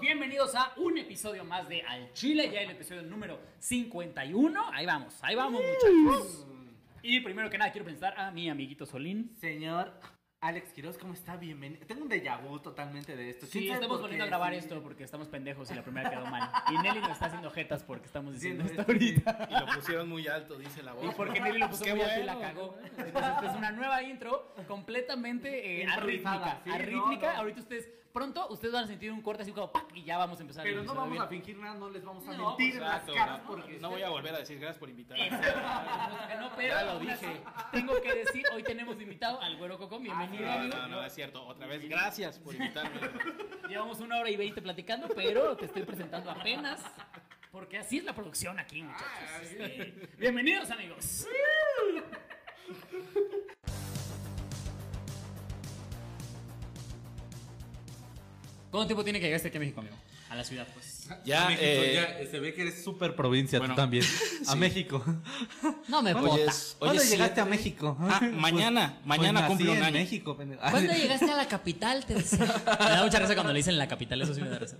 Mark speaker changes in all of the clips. Speaker 1: bienvenidos a un episodio más de Al Chile, ya el episodio número 51. Ahí vamos, ahí vamos, muchachos. Y primero que nada quiero presentar a mi amiguito Solín.
Speaker 2: Señor Alex Quiroz, ¿cómo está? Bienvenido. Tengo un déjà vu totalmente de esto. ¿Quién
Speaker 1: Sí,
Speaker 2: sabe
Speaker 1: estamos
Speaker 2: por
Speaker 1: volviendo a
Speaker 2: qué?
Speaker 1: grabar
Speaker 2: Sí.
Speaker 1: esto porque estamos pendejos y la primera quedó mal. Y Nelly nos está haciendo jetas porque estamos diciendo
Speaker 2: Diciendo
Speaker 1: esto ahorita.
Speaker 3: Y lo pusieron muy alto, dice la voz.
Speaker 1: Y porque Nelly lo puso
Speaker 3: Qué
Speaker 1: muy alto y la
Speaker 3: bueno,
Speaker 1: cagó.
Speaker 3: qué bueno.
Speaker 1: Entonces, esta es una nueva intro completamente eh,
Speaker 2: Improvisada,
Speaker 1: arrítmica.
Speaker 2: sí,
Speaker 1: arrítmica.
Speaker 2: no, no.
Speaker 1: Ahorita ustedes, pronto, ustedes van a sentir un corte así como ¡pac! y ya vamos a empezar. el
Speaker 2: Pero no
Speaker 1: episodio
Speaker 2: vamos
Speaker 1: bien.
Speaker 2: a fingir nada, no les vamos a
Speaker 1: No,
Speaker 2: mentir
Speaker 4: pues,
Speaker 2: en las
Speaker 3: Exacto,
Speaker 2: caras
Speaker 3: no,
Speaker 2: porque.
Speaker 3: no voy a volver a decir gracias por invitarme.
Speaker 1: No, pero
Speaker 3: Ya lo
Speaker 1: aún así,
Speaker 3: dije. Ah,
Speaker 1: tengo que decir, hoy tenemos invitado al Güero Coco, bienvenido
Speaker 3: No,
Speaker 1: amigo.
Speaker 3: no, no, es cierto. Otra vez, gracias por invitarme.
Speaker 1: Llevamos una hora y veinte platicando, pero te estoy presentando apenas, porque así es la producción
Speaker 3: Ah,
Speaker 1: aquí, muchachos. Este, bienvenidos amigos. ¿Cuánto tiempo tiene que llegar este aquí a México, amigo? A la ciudad, pues.
Speaker 4: Ya,
Speaker 5: México,
Speaker 4: eh,
Speaker 5: ya, se ve que eres súper provincia
Speaker 4: bueno,
Speaker 5: tú también. A México.
Speaker 1: No me
Speaker 4: Oye,
Speaker 1: importa.
Speaker 4: es-
Speaker 5: ¿Cuándo
Speaker 4: oye, es
Speaker 5: llegaste
Speaker 4: siete.
Speaker 5: a México?
Speaker 4: Ah,
Speaker 2: Pues,
Speaker 4: mañana, mañana
Speaker 5: nací
Speaker 4: cumple un
Speaker 5: en
Speaker 4: año.
Speaker 5: México, pendejo.
Speaker 6: ¿Cuándo llegaste a la capital? Te decía.
Speaker 1: Me da mucha risa cuando le dicen la capital, eso sí me da risa.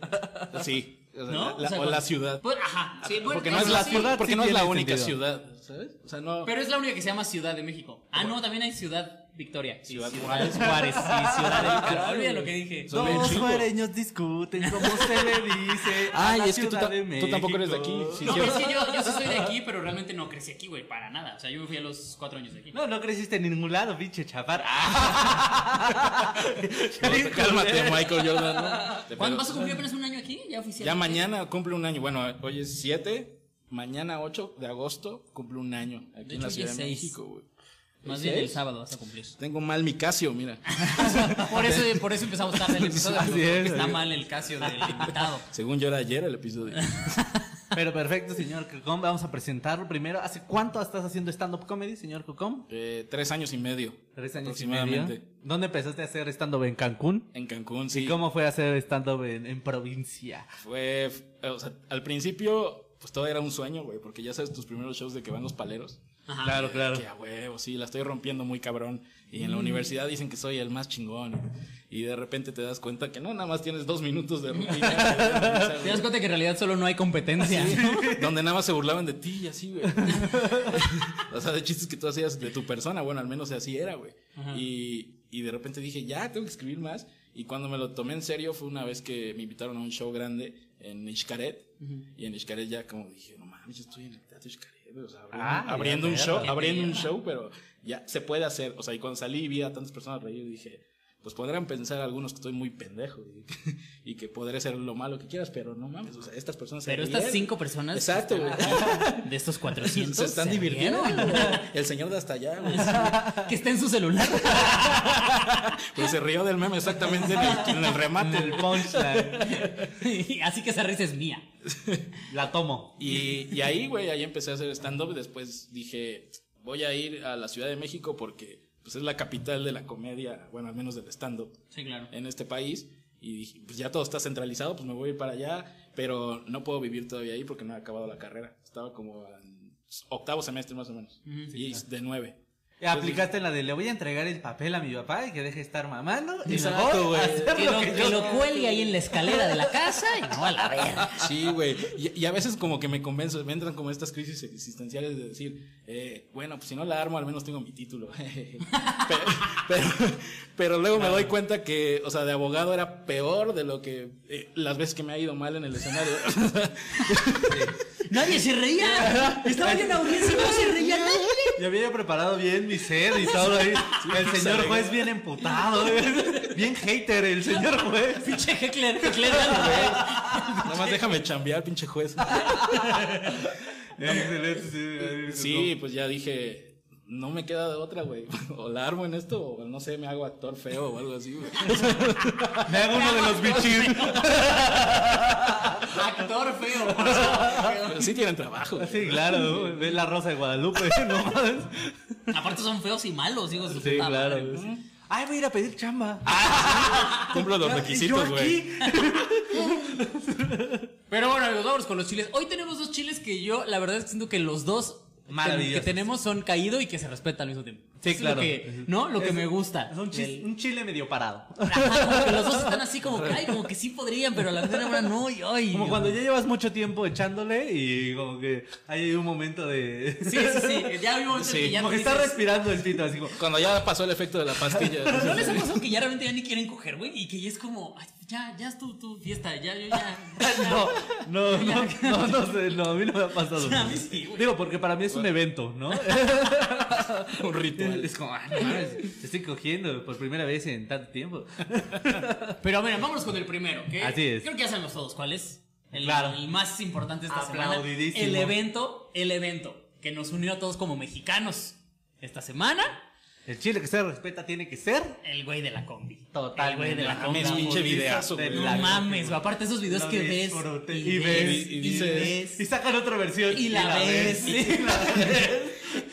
Speaker 4: Sí, o, sea,
Speaker 1: ¿No?
Speaker 4: la,
Speaker 1: O sea,
Speaker 4: o
Speaker 1: cuando-
Speaker 4: la ciudad.
Speaker 6: Pues, ajá, sí, bueno,
Speaker 4: Ah, Porque no es
Speaker 6: eso
Speaker 4: la,
Speaker 6: sí.
Speaker 4: ciudad, porque
Speaker 5: sí
Speaker 4: no es
Speaker 5: tiene
Speaker 4: la única
Speaker 5: sentido.
Speaker 4: ciudad, ¿sabes? O sea, no.
Speaker 6: Pero es la única que se llama Ciudad de México. Ah, no, también hay Ciudad Victoria. Y
Speaker 4: Ciudad
Speaker 6: Juárez. Juárez, sí, Ciudad del Carmen. Olvida lo que dije.
Speaker 4: Son bien
Speaker 5: Dos
Speaker 4: chingos.
Speaker 5: suareños discuten cómo se le dice. a la
Speaker 4: Ay, es que tú,
Speaker 5: Ciudad
Speaker 4: ta-
Speaker 5: de
Speaker 4: tú tampoco eres de aquí.
Speaker 5: México.
Speaker 4: sí,
Speaker 6: No,
Speaker 4: sí.
Speaker 6: es que yo, yo sí soy de aquí, pero realmente no crecí aquí, güey, para nada. O sea, yo me fui a los cuatro años de aquí.
Speaker 5: No, no creciste en ningún lado, pinche chafar.
Speaker 4: No, te- cálmate, Michael Jordan. ¿no? Te
Speaker 6: ¿Cuándo
Speaker 4: pedo.
Speaker 6: vas a cumplir apenas un año aquí? Ya oficial.
Speaker 4: Ya mañana cumple un año. Bueno, hoy es 7. Mañana 8 de agosto cumple un año aquí
Speaker 6: De
Speaker 4: en
Speaker 6: hecho,
Speaker 4: la
Speaker 6: hoy
Speaker 4: Ciudad
Speaker 6: es
Speaker 4: de
Speaker 6: seis.
Speaker 4: México, güey.
Speaker 6: Más
Speaker 4: ¿Sí?
Speaker 6: bien el sábado vas a cumplir.
Speaker 4: Tengo mal mi Casio, mira.
Speaker 6: Por eso, por eso empezamos tarde el episodio.
Speaker 5: Así
Speaker 6: porque
Speaker 5: es,
Speaker 6: está
Speaker 5: güey.
Speaker 6: mal el casio del invitado.
Speaker 4: Según yo era ayer el episodio.
Speaker 5: Pero perfecto, señor Cocom. Vamos a presentarlo primero. ¿Hace cuánto estás haciendo stand-up comedy, señor Cocom?
Speaker 4: Eh, tres años y medio.
Speaker 5: Tres años y medio.
Speaker 4: aproximadamente.
Speaker 5: ¿Dónde empezaste a hacer stand-up en Cancún?
Speaker 4: En Cancún, sí.
Speaker 5: ¿Y cómo fue hacer stand-up en, en provincia?
Speaker 4: Fue, f- o sea, al principio, pues todo era un sueño, güey, porque ya sabes tus primeros shows de que van los paleros.
Speaker 6: Ajá.
Speaker 5: Claro, claro. Mm.
Speaker 4: Que a huevo, sí, la estoy rompiendo muy cabrón. Y en la universidad dicen que soy el más chingón. Y de repente te das cuenta que no, nada más tienes dos minutos de rutina.
Speaker 6: Te das cuenta que en realidad solo no hay competencia.
Speaker 4: donde nada más se burlaban de ti y así, güey. o sea, de chistes que tú hacías de tu persona, bueno, al menos así era, güey. Y, y de repente dije, ya, tengo que escribir más. Y cuando me lo tomé en serio fue una vez que me invitaron a un show grande en Xcaret. Y en Xcaret ya como dije, no mames, yo estoy en el teatro Xcaret. O sea, abriendo,
Speaker 5: Ah,
Speaker 4: abriendo un
Speaker 5: ya,
Speaker 4: show,
Speaker 6: perro.
Speaker 4: abriendo un show, pero ya se puede hacer. O sea, y cuando salí y vi a tantas personas reír, dije... Pues podrán pensar algunos que estoy muy pendejo y que, y que podré ser lo malo que quieras, pero no mames, o sea, estas personas se
Speaker 6: Pero estas
Speaker 4: rieron.
Speaker 6: cinco personas.
Speaker 4: Exacto, güey.
Speaker 6: De estos 400.
Speaker 4: Se están divirtiendo.
Speaker 6: rieron.
Speaker 4: El señor de hasta allá, güey.
Speaker 6: Que está en su celular.
Speaker 4: Pues se rió del meme exactamente en el, en el remate.
Speaker 5: El punchline.
Speaker 6: Así que esa risa es mía.
Speaker 5: La tomo.
Speaker 4: Y, y ahí, güey, ahí empecé a hacer stand-up. Después dije, voy a ir a la Ciudad de México porque pues, es la capital de la comedia, bueno, al menos del stand-up
Speaker 6: Sí, claro.
Speaker 4: en este país. Y dije, pues ya todo está centralizado, pues me voy a ir para allá. Pero no puedo vivir todavía ahí porque no he acabado la carrera. Estaba como en octavo semestre más o menos. y de nueve.
Speaker 5: Y Aplicaste la de le voy a entregar el papel a mi papá y que deje de estar mamando. Y
Speaker 4: Exacto,
Speaker 5: mejor
Speaker 4: güey.
Speaker 5: hacer
Speaker 6: Que
Speaker 5: lo
Speaker 6: lo,
Speaker 5: que
Speaker 6: que
Speaker 5: yo-
Speaker 6: lo cuelgue ahí en la escalera de la casa y no a la verga.
Speaker 4: Sí, güey. Y, y a veces como que me convenzo, me entran como estas crisis existenciales de decir, eh, bueno, pues si no la armo, al menos tengo mi título. pero, pero- pero luego me doy cuenta que, o sea, de abogado era peor de lo que eh, las veces que me ha ido mal en el escenario.
Speaker 6: Nadie se reía. Estaba yo en la audiencia y no se reía nadie.
Speaker 5: Yo había preparado bien mi sed y todo ahí. el señor juez bien emputado. güey. bien hater el señor juez.
Speaker 6: Pinche Heckler. Heckler era el
Speaker 4: Nada más déjame chambear, pinche juez.
Speaker 5: Excelente, sí,
Speaker 4: Sí, pues ya dije, no me queda de otra, güey. O la armo en esto, o no sé, me hago actor feo o algo así, güey.
Speaker 5: Me hago uno de los bichis.
Speaker 6: Actor feo.
Speaker 4: Pero sí tienen trabajo. güey.
Speaker 5: Sí, claro. Ve la rosa de Guadalupe. No mames.
Speaker 6: Aparte son feos y malos, digo. su
Speaker 5: Sí,
Speaker 6: puta
Speaker 5: Ah, claro.
Speaker 6: madre.
Speaker 5: güey. Ay, voy a ir a pedir chamba.
Speaker 4: Cumplo los
Speaker 5: ¿Y
Speaker 4: requisitos,
Speaker 5: yo
Speaker 4: güey.
Speaker 5: aquí?
Speaker 6: Pero bueno, amigos, vámonos con los chiles. Hoy tenemos dos chiles que yo, la verdad es que siento que los dos
Speaker 5: Maravillosos.
Speaker 6: que tenemos son caído y que se respetan al mismo tiempo.
Speaker 5: Sí,
Speaker 6: Eso es
Speaker 5: claro.
Speaker 6: Lo que, ¿No? Lo que me gusta.
Speaker 5: Es un, chis-
Speaker 6: del-
Speaker 5: un chile medio parado.
Speaker 6: Ajá, como que los dos están así como que, ay, como que sí podrían, pero a la primera hora no, y ay.
Speaker 5: Como
Speaker 6: no.
Speaker 5: cuando ya llevas mucho tiempo echándole y como que hay un momento de...
Speaker 6: Sí, sí, sí. Ya hay un momento en
Speaker 4: Sí.
Speaker 6: que ya
Speaker 5: como
Speaker 6: no
Speaker 5: que está
Speaker 6: dices-
Speaker 5: respirando el tito, así como...
Speaker 4: Cuando ya pasó el efecto de la pastilla.
Speaker 6: ¿No les ha pasado que ya realmente ya ni quieren coger, güey? Y que ya es como, ay, ya, ya es tu, tu fiesta, ya, yo ya.
Speaker 5: No, no, no, no, no sé, no, a mí no me ha pasado.
Speaker 6: A mí sí, güey.
Speaker 5: Digo, porque para mí es un evento, ¿no?
Speaker 4: un ritual.
Speaker 5: Es como, ah, no mames, te estoy cogiendo por primera vez en tanto tiempo.
Speaker 6: Pero bueno, vámonos con el primero, ¿ok?
Speaker 5: Así es.
Speaker 6: Creo que ya sabemos todos cuál es. El,
Speaker 5: Claro.
Speaker 6: el más importante esta semana.
Speaker 5: Aplaudidísimo.
Speaker 6: El evento, el evento que nos unió a todos como mexicanos esta semana.
Speaker 5: El chile que se respeta tiene que ser.
Speaker 6: El güey de la combi.
Speaker 5: Total,
Speaker 6: El güey de la combi.
Speaker 4: Mames, pinche videazo,
Speaker 5: de
Speaker 4: güey.
Speaker 6: No
Speaker 5: la-
Speaker 6: mames, güey. Aparte esos videos
Speaker 5: Lo
Speaker 6: que ves
Speaker 5: disfruté.
Speaker 6: y, ves y, ves
Speaker 5: Y sacan otra versión.
Speaker 6: y la ves. sí.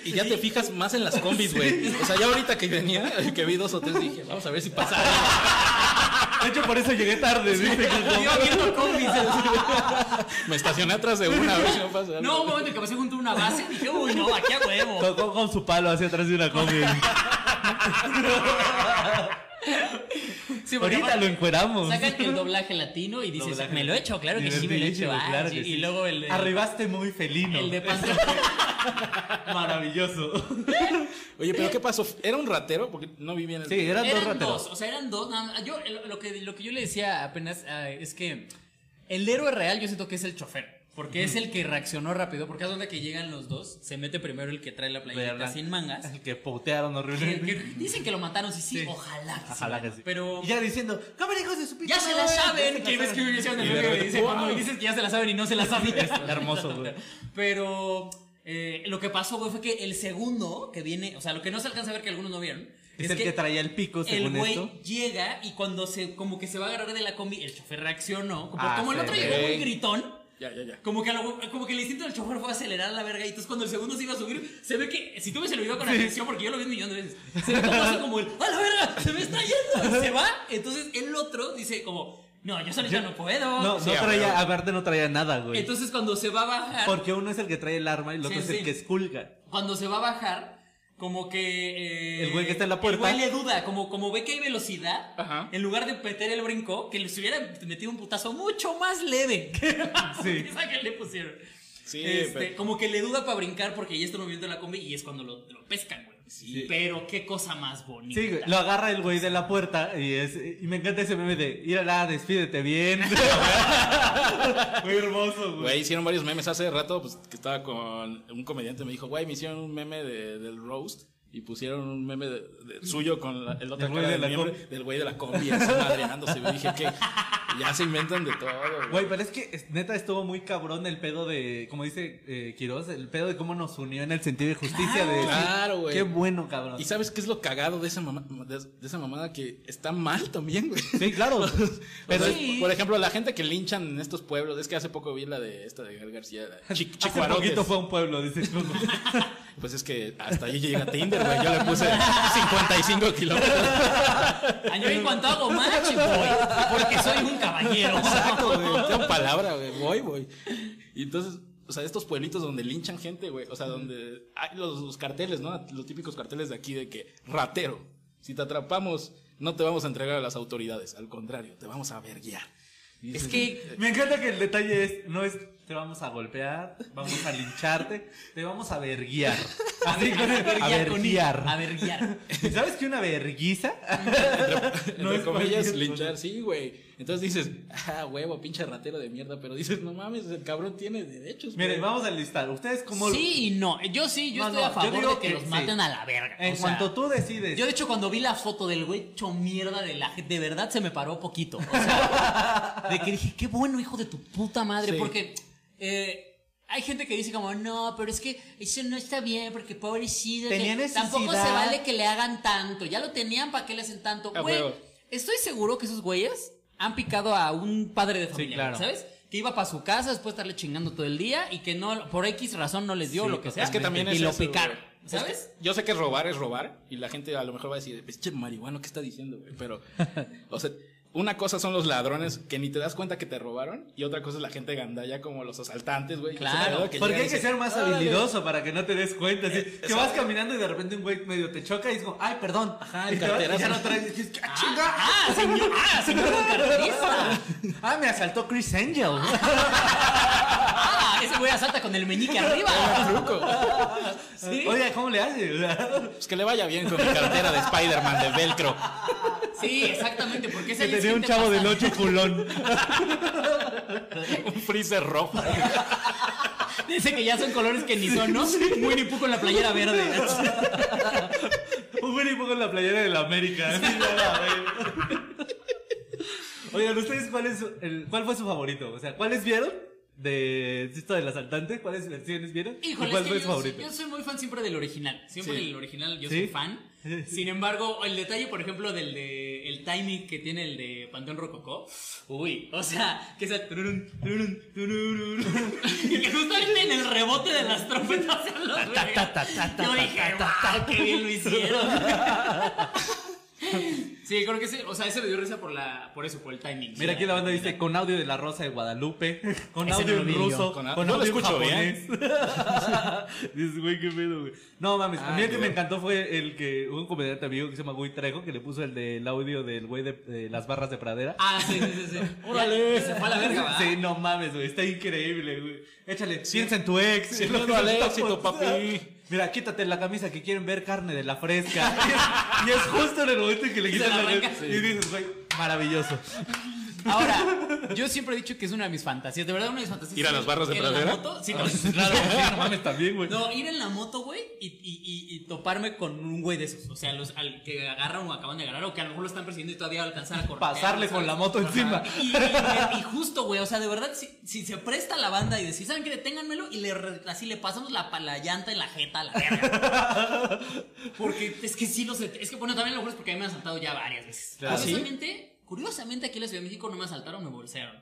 Speaker 4: Y ya te fijas más en las combis, güey. O sea, ya ahorita que venía, eh, que vi dos o tres, dije, vamos a ver si pasa. algo.
Speaker 5: De hecho, por eso llegué tarde, ¿viste?
Speaker 6: Yo viendo combis.
Speaker 4: Me estacioné atrás de una, a ver si no pasa. algo.
Speaker 6: No, un momento que pasé junto a una base y dije, uy, no, aquí a huevo.
Speaker 5: Con, con- con su palo hacia atrás de una combi.
Speaker 6: Sí, porque
Speaker 5: Ahorita
Speaker 6: aparte-
Speaker 5: lo encueramos.
Speaker 6: Sacan el doblaje latino y dices,
Speaker 5: Doblaje
Speaker 6: me lo he hecho, claro que sí, me lo he hecho.
Speaker 5: Divertidísimo,
Speaker 6: Ah,
Speaker 5: claro
Speaker 6: sí.
Speaker 5: que sí.
Speaker 6: Y luego el, el-
Speaker 5: Arribaste muy felino.
Speaker 6: el de Pancho.
Speaker 5: Maravilloso.
Speaker 4: Oye, pero ¿qué pasó? ¿Era un ratero? Porque no vi bien el.
Speaker 5: Sí, eran, dos
Speaker 6: eran
Speaker 5: rateros.
Speaker 6: dos, o sea, eran dos. nada más. Yo, lo- lo, que, lo que yo le decía apenas ah, es que el héroe real yo siento que es el chofer. Porque es el que reaccionó rápido. Porque es donde que llegan los dos. Se mete primero el que trae la playera
Speaker 5: Verdad.
Speaker 6: sin mangas.
Speaker 5: El que putearon
Speaker 6: que- que
Speaker 5: horriblemente.
Speaker 6: dicen que lo mataron, sí, sí,
Speaker 5: Sí.
Speaker 6: ojalá que sí,
Speaker 5: Ojalá que
Speaker 6: mano,
Speaker 5: sí.
Speaker 6: Pero.
Speaker 5: Y ya diciendo, cámara hijos de su pinche
Speaker 6: Ya se la
Speaker 5: madre,
Speaker 6: saben.
Speaker 5: ya
Speaker 6: Que
Speaker 5: se la
Speaker 6: ves que
Speaker 5: saben.
Speaker 6: me decían el
Speaker 4: Y de
Speaker 6: meme,
Speaker 4: repente,
Speaker 6: dice,
Speaker 4: ¡guau!
Speaker 6: cuando dices que ya se la saben y no se la saben.
Speaker 5: hermoso, güey.
Speaker 6: Pero eh, lo que pasó, güey, fue que el segundo que viene, o sea, lo que no se alcanza a ver que algunos no vieron,
Speaker 5: Es, el que, traía el pico,
Speaker 6: el
Speaker 5: según esto.
Speaker 6: güey llega y cuando se como que se va a agarrar de la combi, el chofer reaccionó. Como,
Speaker 5: Ah,
Speaker 6: como el
Speaker 5: sí,
Speaker 6: otro
Speaker 5: güey.
Speaker 6: llegó muy gritón.
Speaker 4: Ya, ya, ya.
Speaker 6: Como que, a lo- como que el instinto del chofer fue acelerar la verga y entonces cuando el segundo se iba a subir, se ve que, si tú ves el video con atención, porque yo lo vi un millón de veces, se ve como así como el, ¡a la verga! ¡Se me está yendo! Y se va, entonces el otro dice como, no, yo solita no puedo.
Speaker 5: No, no traía, aparte no traía nada, güey.
Speaker 6: entonces cuando se va a bajar,
Speaker 5: Porque uno es el que trae el arma y el otro
Speaker 6: Sí,
Speaker 5: es el
Speaker 6: sí.
Speaker 5: que esculca.
Speaker 6: cuando se va a bajar, como que... eh,
Speaker 5: El güey que está en la puerta.
Speaker 6: El güey le duda, como, como ve que hay velocidad,
Speaker 4: Ajá.
Speaker 6: en lugar de meter el brinco, que les hubiera metido un putazo mucho más leve que la
Speaker 5: Sí.
Speaker 6: putiza que le pusieron.
Speaker 4: Sí,
Speaker 6: Este,
Speaker 4: pero-
Speaker 6: Como que le duda para brincar porque ya está moviendo la combi y es cuando lo, lo pescan, güey. Pero qué cosa más bonita.
Speaker 5: Sí, güey, lo agarra el güey de la puerta y, es, y me encanta ese meme de ir a la, despídete bien. Muy hermoso, güey.
Speaker 4: Güey, hicieron varios memes hace rato, pues que estaba con un comediante, me dijo, güey, me hicieron un meme de- del roast y pusieron un meme de- de- suyo con la- el otro
Speaker 5: Del güey
Speaker 4: cara
Speaker 5: de
Speaker 4: del
Speaker 5: la
Speaker 4: miembro, del güey de la combi, así madreándose. güey. dije que ya se inventan de todo, güey.
Speaker 5: Güey, pero es que es- neta estuvo muy cabrón el pedo de, como dice eh, Quiroz, el pedo de cómo nos unió en el sentido de justicia. de decir,
Speaker 4: Claro, güey.
Speaker 5: Qué bueno, cabrón.
Speaker 4: ¿Y sabes qué es lo cagado de esa, mama- de, de esa mamada que está mal también, güey?
Speaker 5: Sí, claro.
Speaker 4: Pero,
Speaker 5: pero
Speaker 4: por ejemplo, la gente que linchan en estos pueblos, es que hace poco vi la de esta de Gael García, la chi-
Speaker 5: hace poquito
Speaker 4: Chicuarotes.
Speaker 5: fue a un pueblo, dices tú.
Speaker 4: Pues es que hasta allí llega Tinder, güey. Yo le puse 55 kilómetros.
Speaker 6: Ay, yo en cuanto hago match, voy, porque soy un caballero.
Speaker 4: Exacto, güey. Tengo palabra, güey. Voy, voy. Y entonces, o sea, estos pueblitos donde linchan gente, güey. O sea, donde hay los, los carteles, ¿no? Los típicos carteles de aquí de que, ratero, si te atrapamos, no te vamos a entregar a las autoridades. Al contrario, te vamos a verguiar. Y
Speaker 6: Es
Speaker 4: dices,
Speaker 6: que
Speaker 5: Me encanta que el detalle es, no es te vamos a golpear, vamos a lincharte, te vamos a verguiar. Así con el-
Speaker 6: A ver, con-
Speaker 5: verguiar.
Speaker 6: A ver, guiar.
Speaker 5: ¿Sabes que una verguiza?
Speaker 4: Entre
Speaker 5: No es
Speaker 4: comillas,
Speaker 5: cualquier
Speaker 4: linchar, sí, güey. Entonces dices, ah, huevo, pinche ratero de mierda. Pero dices, no mames, el cabrón tiene derechos,
Speaker 5: Miren,
Speaker 4: güey.
Speaker 5: vamos a listar. ¿Ustedes cómo lo-
Speaker 6: Sí y no. Yo sí, yo
Speaker 5: No,
Speaker 6: estoy
Speaker 5: no,
Speaker 6: a
Speaker 5: yo
Speaker 6: favor
Speaker 5: digo
Speaker 6: de que,
Speaker 5: que
Speaker 6: los
Speaker 5: sí.
Speaker 6: maten a la verga.
Speaker 5: En
Speaker 6: o sea,
Speaker 5: cuanto tú decides.
Speaker 6: Yo, de hecho, cuando vi la foto del güey hecho mierda de la de verdad se me paró poquito. O sea, de que dije, qué bueno, hijo de tu puta madre.
Speaker 4: Sí.
Speaker 6: Porque eh, hay gente que dice, como, no, pero es que eso no está bien, porque pobrecito.
Speaker 5: Tenía
Speaker 6: que
Speaker 5: necesidad.
Speaker 6: Tampoco se vale que le hagan tanto. Ya lo tenían, ¿para qué le hacen tanto?
Speaker 4: Ah,
Speaker 6: Güey,
Speaker 4: huevo.
Speaker 6: estoy seguro que esos güeyes han picado a un padre de familia,
Speaker 5: claro.
Speaker 6: ¿sabes? Que iba para su casa después de estarle chingando todo el día y que no, por X razón no les dio
Speaker 5: Sí,
Speaker 6: lo que sea.
Speaker 4: Es que también
Speaker 6: y
Speaker 4: es
Speaker 6: lo
Speaker 4: eso, güey.
Speaker 6: picaron,
Speaker 4: Es que
Speaker 6: ¿sabes?
Speaker 4: yo sé que "Pues, robar es robar y la gente a lo mejor va a decir, pinche marihuano, ¿qué está diciendo, güey? Pero, o sea, una cosa son los ladrones que ni te das cuenta que te robaron y otra cosa es la gente gandalla como los asaltantes, güey.
Speaker 6: Claro,
Speaker 4: Ese pedo que
Speaker 5: Porque
Speaker 4: llega y
Speaker 5: hay que
Speaker 4: dice,
Speaker 5: ser más
Speaker 4: "Órale".
Speaker 5: habilidoso para que no te des cuenta.
Speaker 6: Eh,
Speaker 5: así, que vas caminando y de repente un güey medio te choca y es como, ay, perdón.
Speaker 4: Ajá, el
Speaker 5: y, te vas- y ya
Speaker 4: carterazo.
Speaker 5: no traes. y dices, "Ah, chinga".
Speaker 6: ¡Ah, señor! ¡Ah, señor carterista!
Speaker 5: Ah, me asaltó Chris Angel.
Speaker 6: ¡Ah, ese güey asalta con el meñique arriba! Sí,
Speaker 5: Oye, ¿cómo le hace? O sea,
Speaker 4: Pues que le vaya bien con mi cartera de Spider-Man de Velcro.
Speaker 6: sí, exactamente, porque ese
Speaker 5: que
Speaker 6: ahí
Speaker 5: te
Speaker 6: es
Speaker 5: dio un
Speaker 6: gente
Speaker 5: chavo del
Speaker 6: pasada.
Speaker 5: 8 culón.
Speaker 4: Un freezer rojo.
Speaker 6: Dice que ya son colores que ni son, ¿no? Muy ni con la playera verde.
Speaker 5: Un buen poco en la playera de la América. Así, nada, güey. Oigan, ¿ustedes cuál, es el, cuál fue su favorito? O sea, ¿cuáles vieron? De esto del asaltante, ¿cuáles versiones vieron? ¿Y
Speaker 6: Híjole,
Speaker 5: cuál
Speaker 6: es
Speaker 5: fue
Speaker 6: que
Speaker 5: su
Speaker 6: yo,
Speaker 5: favorito?
Speaker 6: yo soy muy fan siempre del original. Siempre del original yo
Speaker 5: Sí.
Speaker 6: soy fan. Sin embargo, el detalle, por ejemplo, del de el timing que tiene el de Panteón Rococó. Uy, o sea, que sea tururun, tururun, tururun. y que justamente en el rebote de las trompetas se los veo. Yo dije, wow, qué bien lo hicieron. sí, creo que ese, o sea, ese me dio risa por la por eso, por el timing.
Speaker 5: Mira, aquí la banda dice con audio de la Rosa de Guadalupe,
Speaker 6: Ese
Speaker 5: con
Speaker 6: no
Speaker 5: audio
Speaker 6: lo
Speaker 5: en
Speaker 6: vi yo,
Speaker 5: ruso, con,
Speaker 4: con au- no lo
Speaker 5: audio en
Speaker 4: escucho
Speaker 5: japonés.
Speaker 4: bien.
Speaker 5: Dices, güey, qué pedo, güey. No mames,
Speaker 6: Ah,
Speaker 5: a mí el que
Speaker 4: qué
Speaker 5: me
Speaker 4: bueno.
Speaker 5: encantó fue el que un comediante amigo que se llama Güey Trejo que le puso el del audio del güey de, de las barras de pradera.
Speaker 6: Ah, sí, sí, sí. sí. Órale, se fue a la verga, ¿verdad?
Speaker 5: Sí, no mames, güey, está increíble, güey. Échale, piensa en tu ex.
Speaker 4: Sí, no, al éxito, papi.
Speaker 5: Mira, quítate la camisa que quieren ver carne de la fresca. y, es, y es justo en el momento en que le
Speaker 6: Y se
Speaker 5: quitan
Speaker 6: la
Speaker 5: la
Speaker 6: arranca.
Speaker 5: camisa. Y dices, güey, maravilloso.
Speaker 6: Ahora, yo siempre he dicho que es una de mis fantasías. De verdad, una de mis fantasías.
Speaker 4: ¿Ir a las barras de
Speaker 6: en la
Speaker 4: pradera? Ah.
Speaker 6: moto, sí, no,
Speaker 5: Claro, sí, no mames también, güey.
Speaker 6: No, ir en la moto, güey, y, y- y- y toparme con un güey de esos. O sea, los, al que agarran o acaban de agarrar, o que a lo mejor lo están persiguiendo y todavía alcanzar a correr.
Speaker 5: Pasarle con la moto encima.
Speaker 6: Y, y- y justo, güey, o sea, de verdad, si, si se presta la banda y decir, ¿saben qué? Deténganmelo y le, re- así le pasamos la, pa- la llanta en la jeta a la verga. Porque es que sí los. det- Es que, bueno, también lo juro es porque a mí me han asaltado ya varias veces.
Speaker 5: Claro.
Speaker 6: Curiosamente, curiosamente aquí en la Ciudad de México no me asaltaron, me bolsearon.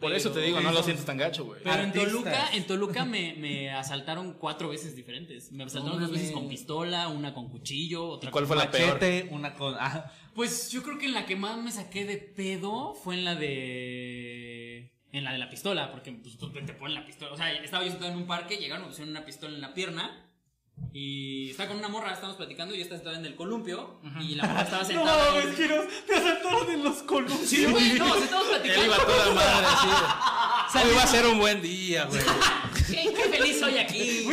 Speaker 4: Por eso te digo, no lo sientes tan gacho, güey.
Speaker 6: Pero en
Speaker 5: Artistas.
Speaker 6: Toluca, en Toluca me, me asaltaron cuatro veces diferentes. Me asaltaron dos veces con pistola, una con cuchillo, otra
Speaker 4: ¿Cuál
Speaker 6: con...
Speaker 4: fue la peor?
Speaker 5: Machete, una con. ah,
Speaker 6: Pues yo creo que en la que más me saqué de pedo fue en la de... En la de la pistola, porque pues, tú te ponen la pistola. O sea, estaba yo sentado en un parque, llegaron, me pusieron una pistola en la pierna. Y estaba con una morra, estábamos platicando, y yo estaba sentada en el columpio. Y la morra estaba
Speaker 5: No
Speaker 6: sentada. en-
Speaker 5: mames, giros, te asaltaron en los columpios.
Speaker 6: Sí, güey, no, o sea, estábamos
Speaker 4: Él iba
Speaker 6: platicando.
Speaker 4: toda madre así. güey. Hoy va a ser un buen día, güey.
Speaker 6: Qué qué feliz soy aquí.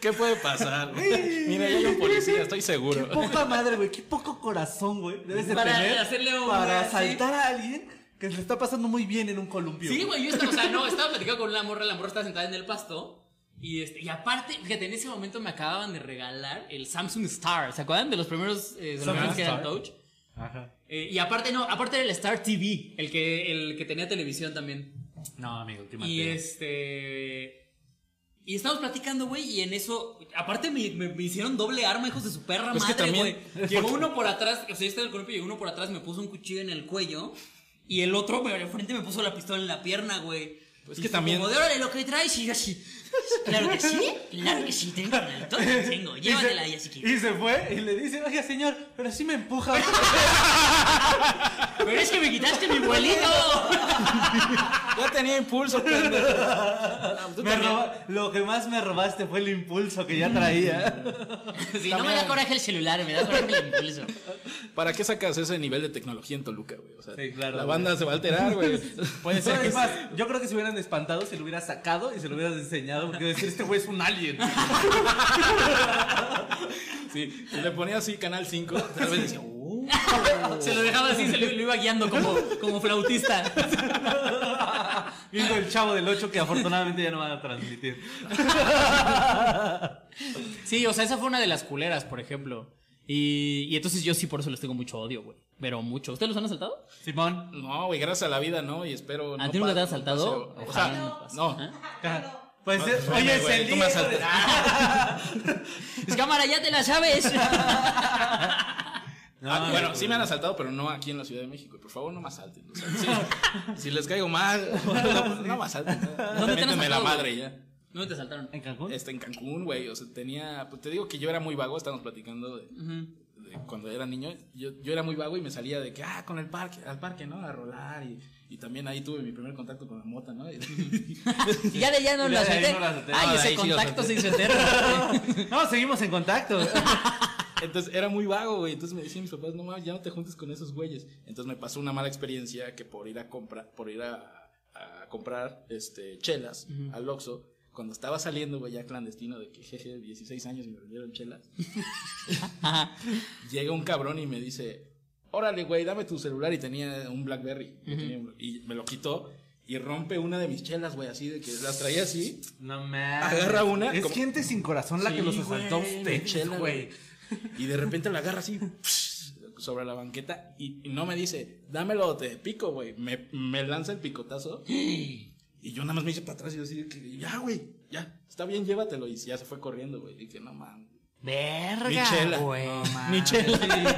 Speaker 4: ¿Qué puede pasar? Mira, llega un policía, estoy
Speaker 5: Qué
Speaker 4: seguro.
Speaker 5: poca madre, güey. Qué poco corazón, güey. Debes de
Speaker 6: Para
Speaker 5: tener
Speaker 6: hacerle un- eh,
Speaker 5: para
Speaker 6: sí.
Speaker 5: asaltar a alguien que se le está pasando muy bien en un columpio.
Speaker 6: Sí, güey, yo estaba, o sea, no, estaba platicando con una morra, la morra estaba sentada en el pasto. Y, este, y aparte, fíjate, en ese momento me acababan de regalar el Samsung Star. ¿Se acuerdan de los primeros eh, celulares que eran
Speaker 5: Star.
Speaker 6: touch?
Speaker 5: Ajá.
Speaker 6: Eh, y aparte, no, aparte era el Star TV, el que, el que tenía televisión también.
Speaker 5: No, amigo, qué
Speaker 6: Y este. Y estamos platicando, güey, y en eso. Aparte, me, me- me hicieron doble arma, hijos de su perra
Speaker 4: Pues Es que
Speaker 6: madre, güey.
Speaker 4: también-
Speaker 6: Llegó uno por atrás, o sea, yo estaba en el columpio, llegó uno por atrás, me puso un cuchillo en el cuello. Y el otro, pero enfrente me puso la pistola en la pierna, güey.
Speaker 4: Pues
Speaker 6: Y
Speaker 4: que
Speaker 6: fue
Speaker 4: también-
Speaker 6: Como de órale lo que traes, y yo así. Claro que sí, claro que sí, tengo la tengo, llévatela,
Speaker 5: y,
Speaker 6: ya
Speaker 5: se,
Speaker 6: si quieres.
Speaker 5: y se fue y le dice, oiga, señor, pero sí me empuja.
Speaker 6: Pero es que me quitaste mi vuelito.
Speaker 4: Ya tenía impulso, pendejo.
Speaker 5: Me roba- Lo que más me robaste fue el impulso que ya traía.
Speaker 6: Si no me da coraje el celular, me da coraje el impulso.
Speaker 4: ¿Para qué sacas ese nivel de tecnología en Toluca, güey? O sea,
Speaker 5: Sí, claro,
Speaker 4: la
Speaker 5: güey.
Speaker 4: banda se va a alterar, güey.
Speaker 5: Puede ser que más, yo creo que se hubieran espantado si lo hubieras sacado y se lo hubieras enseñado porque decir, este güey es un alien.
Speaker 4: Sí, si le ponía así Canal 5, tal vez decía, "Uh,
Speaker 6: Se lo dejaba así, se lo, lo iba guiando como, como flautista.
Speaker 5: Viendo el chavo del 8 que afortunadamente ya no van a transmitir.
Speaker 6: Sí, o sea, esa fue una de las culeras, por ejemplo. Y, y entonces yo sí por eso les tengo mucho odio, güey. Pero mucho. ¿Ustedes los han asaltado?
Speaker 5: Simón.
Speaker 4: no, güey, gracias a la vida, ¿no? Y espero.
Speaker 6: ¿A
Speaker 4: no
Speaker 6: ti nunca te han
Speaker 4: pase,
Speaker 6: asaltado?
Speaker 4: no pase, O
Speaker 6: Ojalá
Speaker 4: sea,
Speaker 6: no pase.
Speaker 4: no.
Speaker 6: ¿Ah?
Speaker 5: Pues, eh,
Speaker 4: Bueno,
Speaker 5: oye,
Speaker 4: güey,
Speaker 5: es
Speaker 4: tú me
Speaker 5: el
Speaker 4: asaltas.
Speaker 6: Pues cámara, ya te la sabes.
Speaker 4: Ah, bueno, sí me han asaltado, pero no aquí en la Ciudad de México. Por favor, no me asalten. O sea, sí, si les caigo mal, no, no me asalten.
Speaker 6: han
Speaker 4: ¿Dónde la
Speaker 6: asaltado,
Speaker 4: madre
Speaker 6: güey?
Speaker 4: ya.
Speaker 6: No te asaltaron.
Speaker 5: ¿En Cancún?
Speaker 4: Este, en Cancún, güey. O sea, tenía. Pues te digo que yo era muy vago, estábamos platicando de, de de cuando era niño, yo, yo era muy vago y me salía de que, ah, con el parque, al parque, ¿no? A rolar y, y también ahí tuve mi primer contacto con la mota, ¿no?
Speaker 6: Y ya de allá no
Speaker 5: Y
Speaker 6: lo
Speaker 5: ya de ahí
Speaker 6: acepté.
Speaker 5: no lo acepté.
Speaker 6: Ay,
Speaker 4: No, de
Speaker 6: ese
Speaker 4: ahí sí lo
Speaker 6: contacto se
Speaker 4: acepté.
Speaker 6: hizo eterno.
Speaker 5: No, seguimos en contacto.
Speaker 4: Entonces era muy vago, güey. Entonces me decían mis papás, no mames, ya no te juntes con esos güeyes. Entonces me pasó una mala experiencia que por ir a comprar, por ir a, a comprar este, chelas al Oxxo, cuando estaba saliendo, güey, ya clandestino de que jeje, 16 años y me vendieron chelas, llega un cabrón y me dice, órale, güey, dame tu celular. Y tenía un Blackberry. Yo tenía un- y me lo quitó y rompe una de mis chelas, güey, así de que las traía así.
Speaker 5: No mames.
Speaker 4: Agarra una,
Speaker 5: Es
Speaker 4: como-
Speaker 5: gente sin corazón la que
Speaker 4: Sí,
Speaker 5: los asaltó a
Speaker 4: güey,
Speaker 5: ustedes,
Speaker 4: chela,
Speaker 5: güey.
Speaker 4: Y de repente la agarra así sobre la banqueta y, y no me dice, dámelo o te pico, güey. Me, me lanza el picotazo. Y yo nada más me hice para atrás y yo así, de que, ya, güey, ya, está bien, llévatelo. Y ya se fue corriendo, güey. Dije, no mames.
Speaker 6: Verga,
Speaker 4: Michela.
Speaker 6: güey.
Speaker 5: No mames. Sí,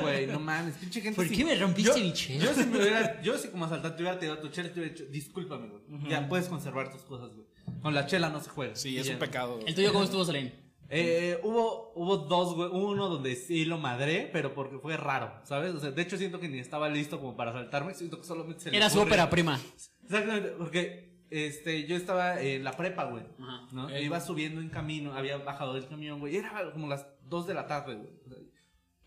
Speaker 5: güey, no mames. Pinche gente
Speaker 6: ¿Por
Speaker 5: sin-
Speaker 6: qué me rompiste
Speaker 5: yo,
Speaker 6: mi chela?
Speaker 5: Yo si me hubiera, yo si como asaltante te hubiera tirado tu chela, te hubiera dicho, discúlpame, güey. Ya puedes conservar tus cosas, güey. Con la chela no se juega.
Speaker 4: Sí, es
Speaker 5: Y
Speaker 4: un
Speaker 5: ya.
Speaker 4: pecado.
Speaker 6: ¿El tuyo cómo estuvo, Solén?
Speaker 5: Eh, hubo, hubo dos, güey. Uno donde sí lo madré, pero porque fue raro, ¿sabes? O sea, de hecho siento que ni estaba listo como para saltarme. Siento que solamente se le
Speaker 6: Era su
Speaker 5: ocurre.
Speaker 6: ópera prima.
Speaker 5: Exactamente, porque este, yo estaba en la prepa, güey.
Speaker 6: Ajá.
Speaker 5: ¿no? Iba subiendo en camino, había bajado del camión, güey. y Era como las 2 de la tarde, güey. O sea,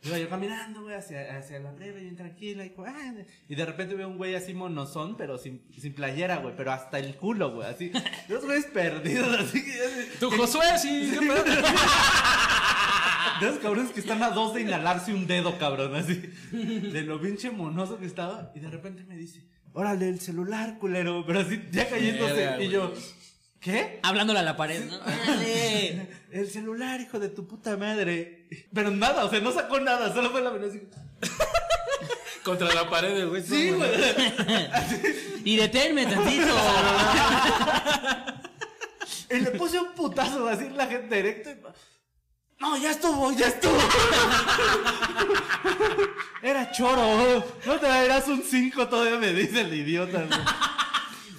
Speaker 5: Iba yo caminando, güey, hacia, hacia la prepa, bien tranquila. Y, como, ah, y de repente veo un güey así monosón, pero sin, sin playera, güey. Pero hasta el culo, güey. Así, dos güeyes perdidos, así que ya se-
Speaker 4: Tu Josué, sí, qué pedo.
Speaker 5: de esos cabrones que están a dos de inhalarse un dedo, cabrón, así. De lo pinche monoso que estaba. Y de repente me dice, órale, el celular, culero. Pero así, ya cayéndose.
Speaker 4: Verga,
Speaker 5: y
Speaker 4: güey.
Speaker 5: yo, ¿qué?
Speaker 6: Hablándole a la pared, ¿no? Dale.
Speaker 5: El celular, hijo de tu puta madre. Pero nada, o sea, no sacó nada. Solo fue la menor así.
Speaker 4: Contra la pared, del güey.
Speaker 5: Sí,
Speaker 4: No,
Speaker 5: güey.
Speaker 6: Y deténme tantito.
Speaker 5: Y le puse un putazo así en la gente directa. y- No, ya estuvo, ya estuvo. Era choro. No traerás un 5 todavía, me dice el idiota. güey.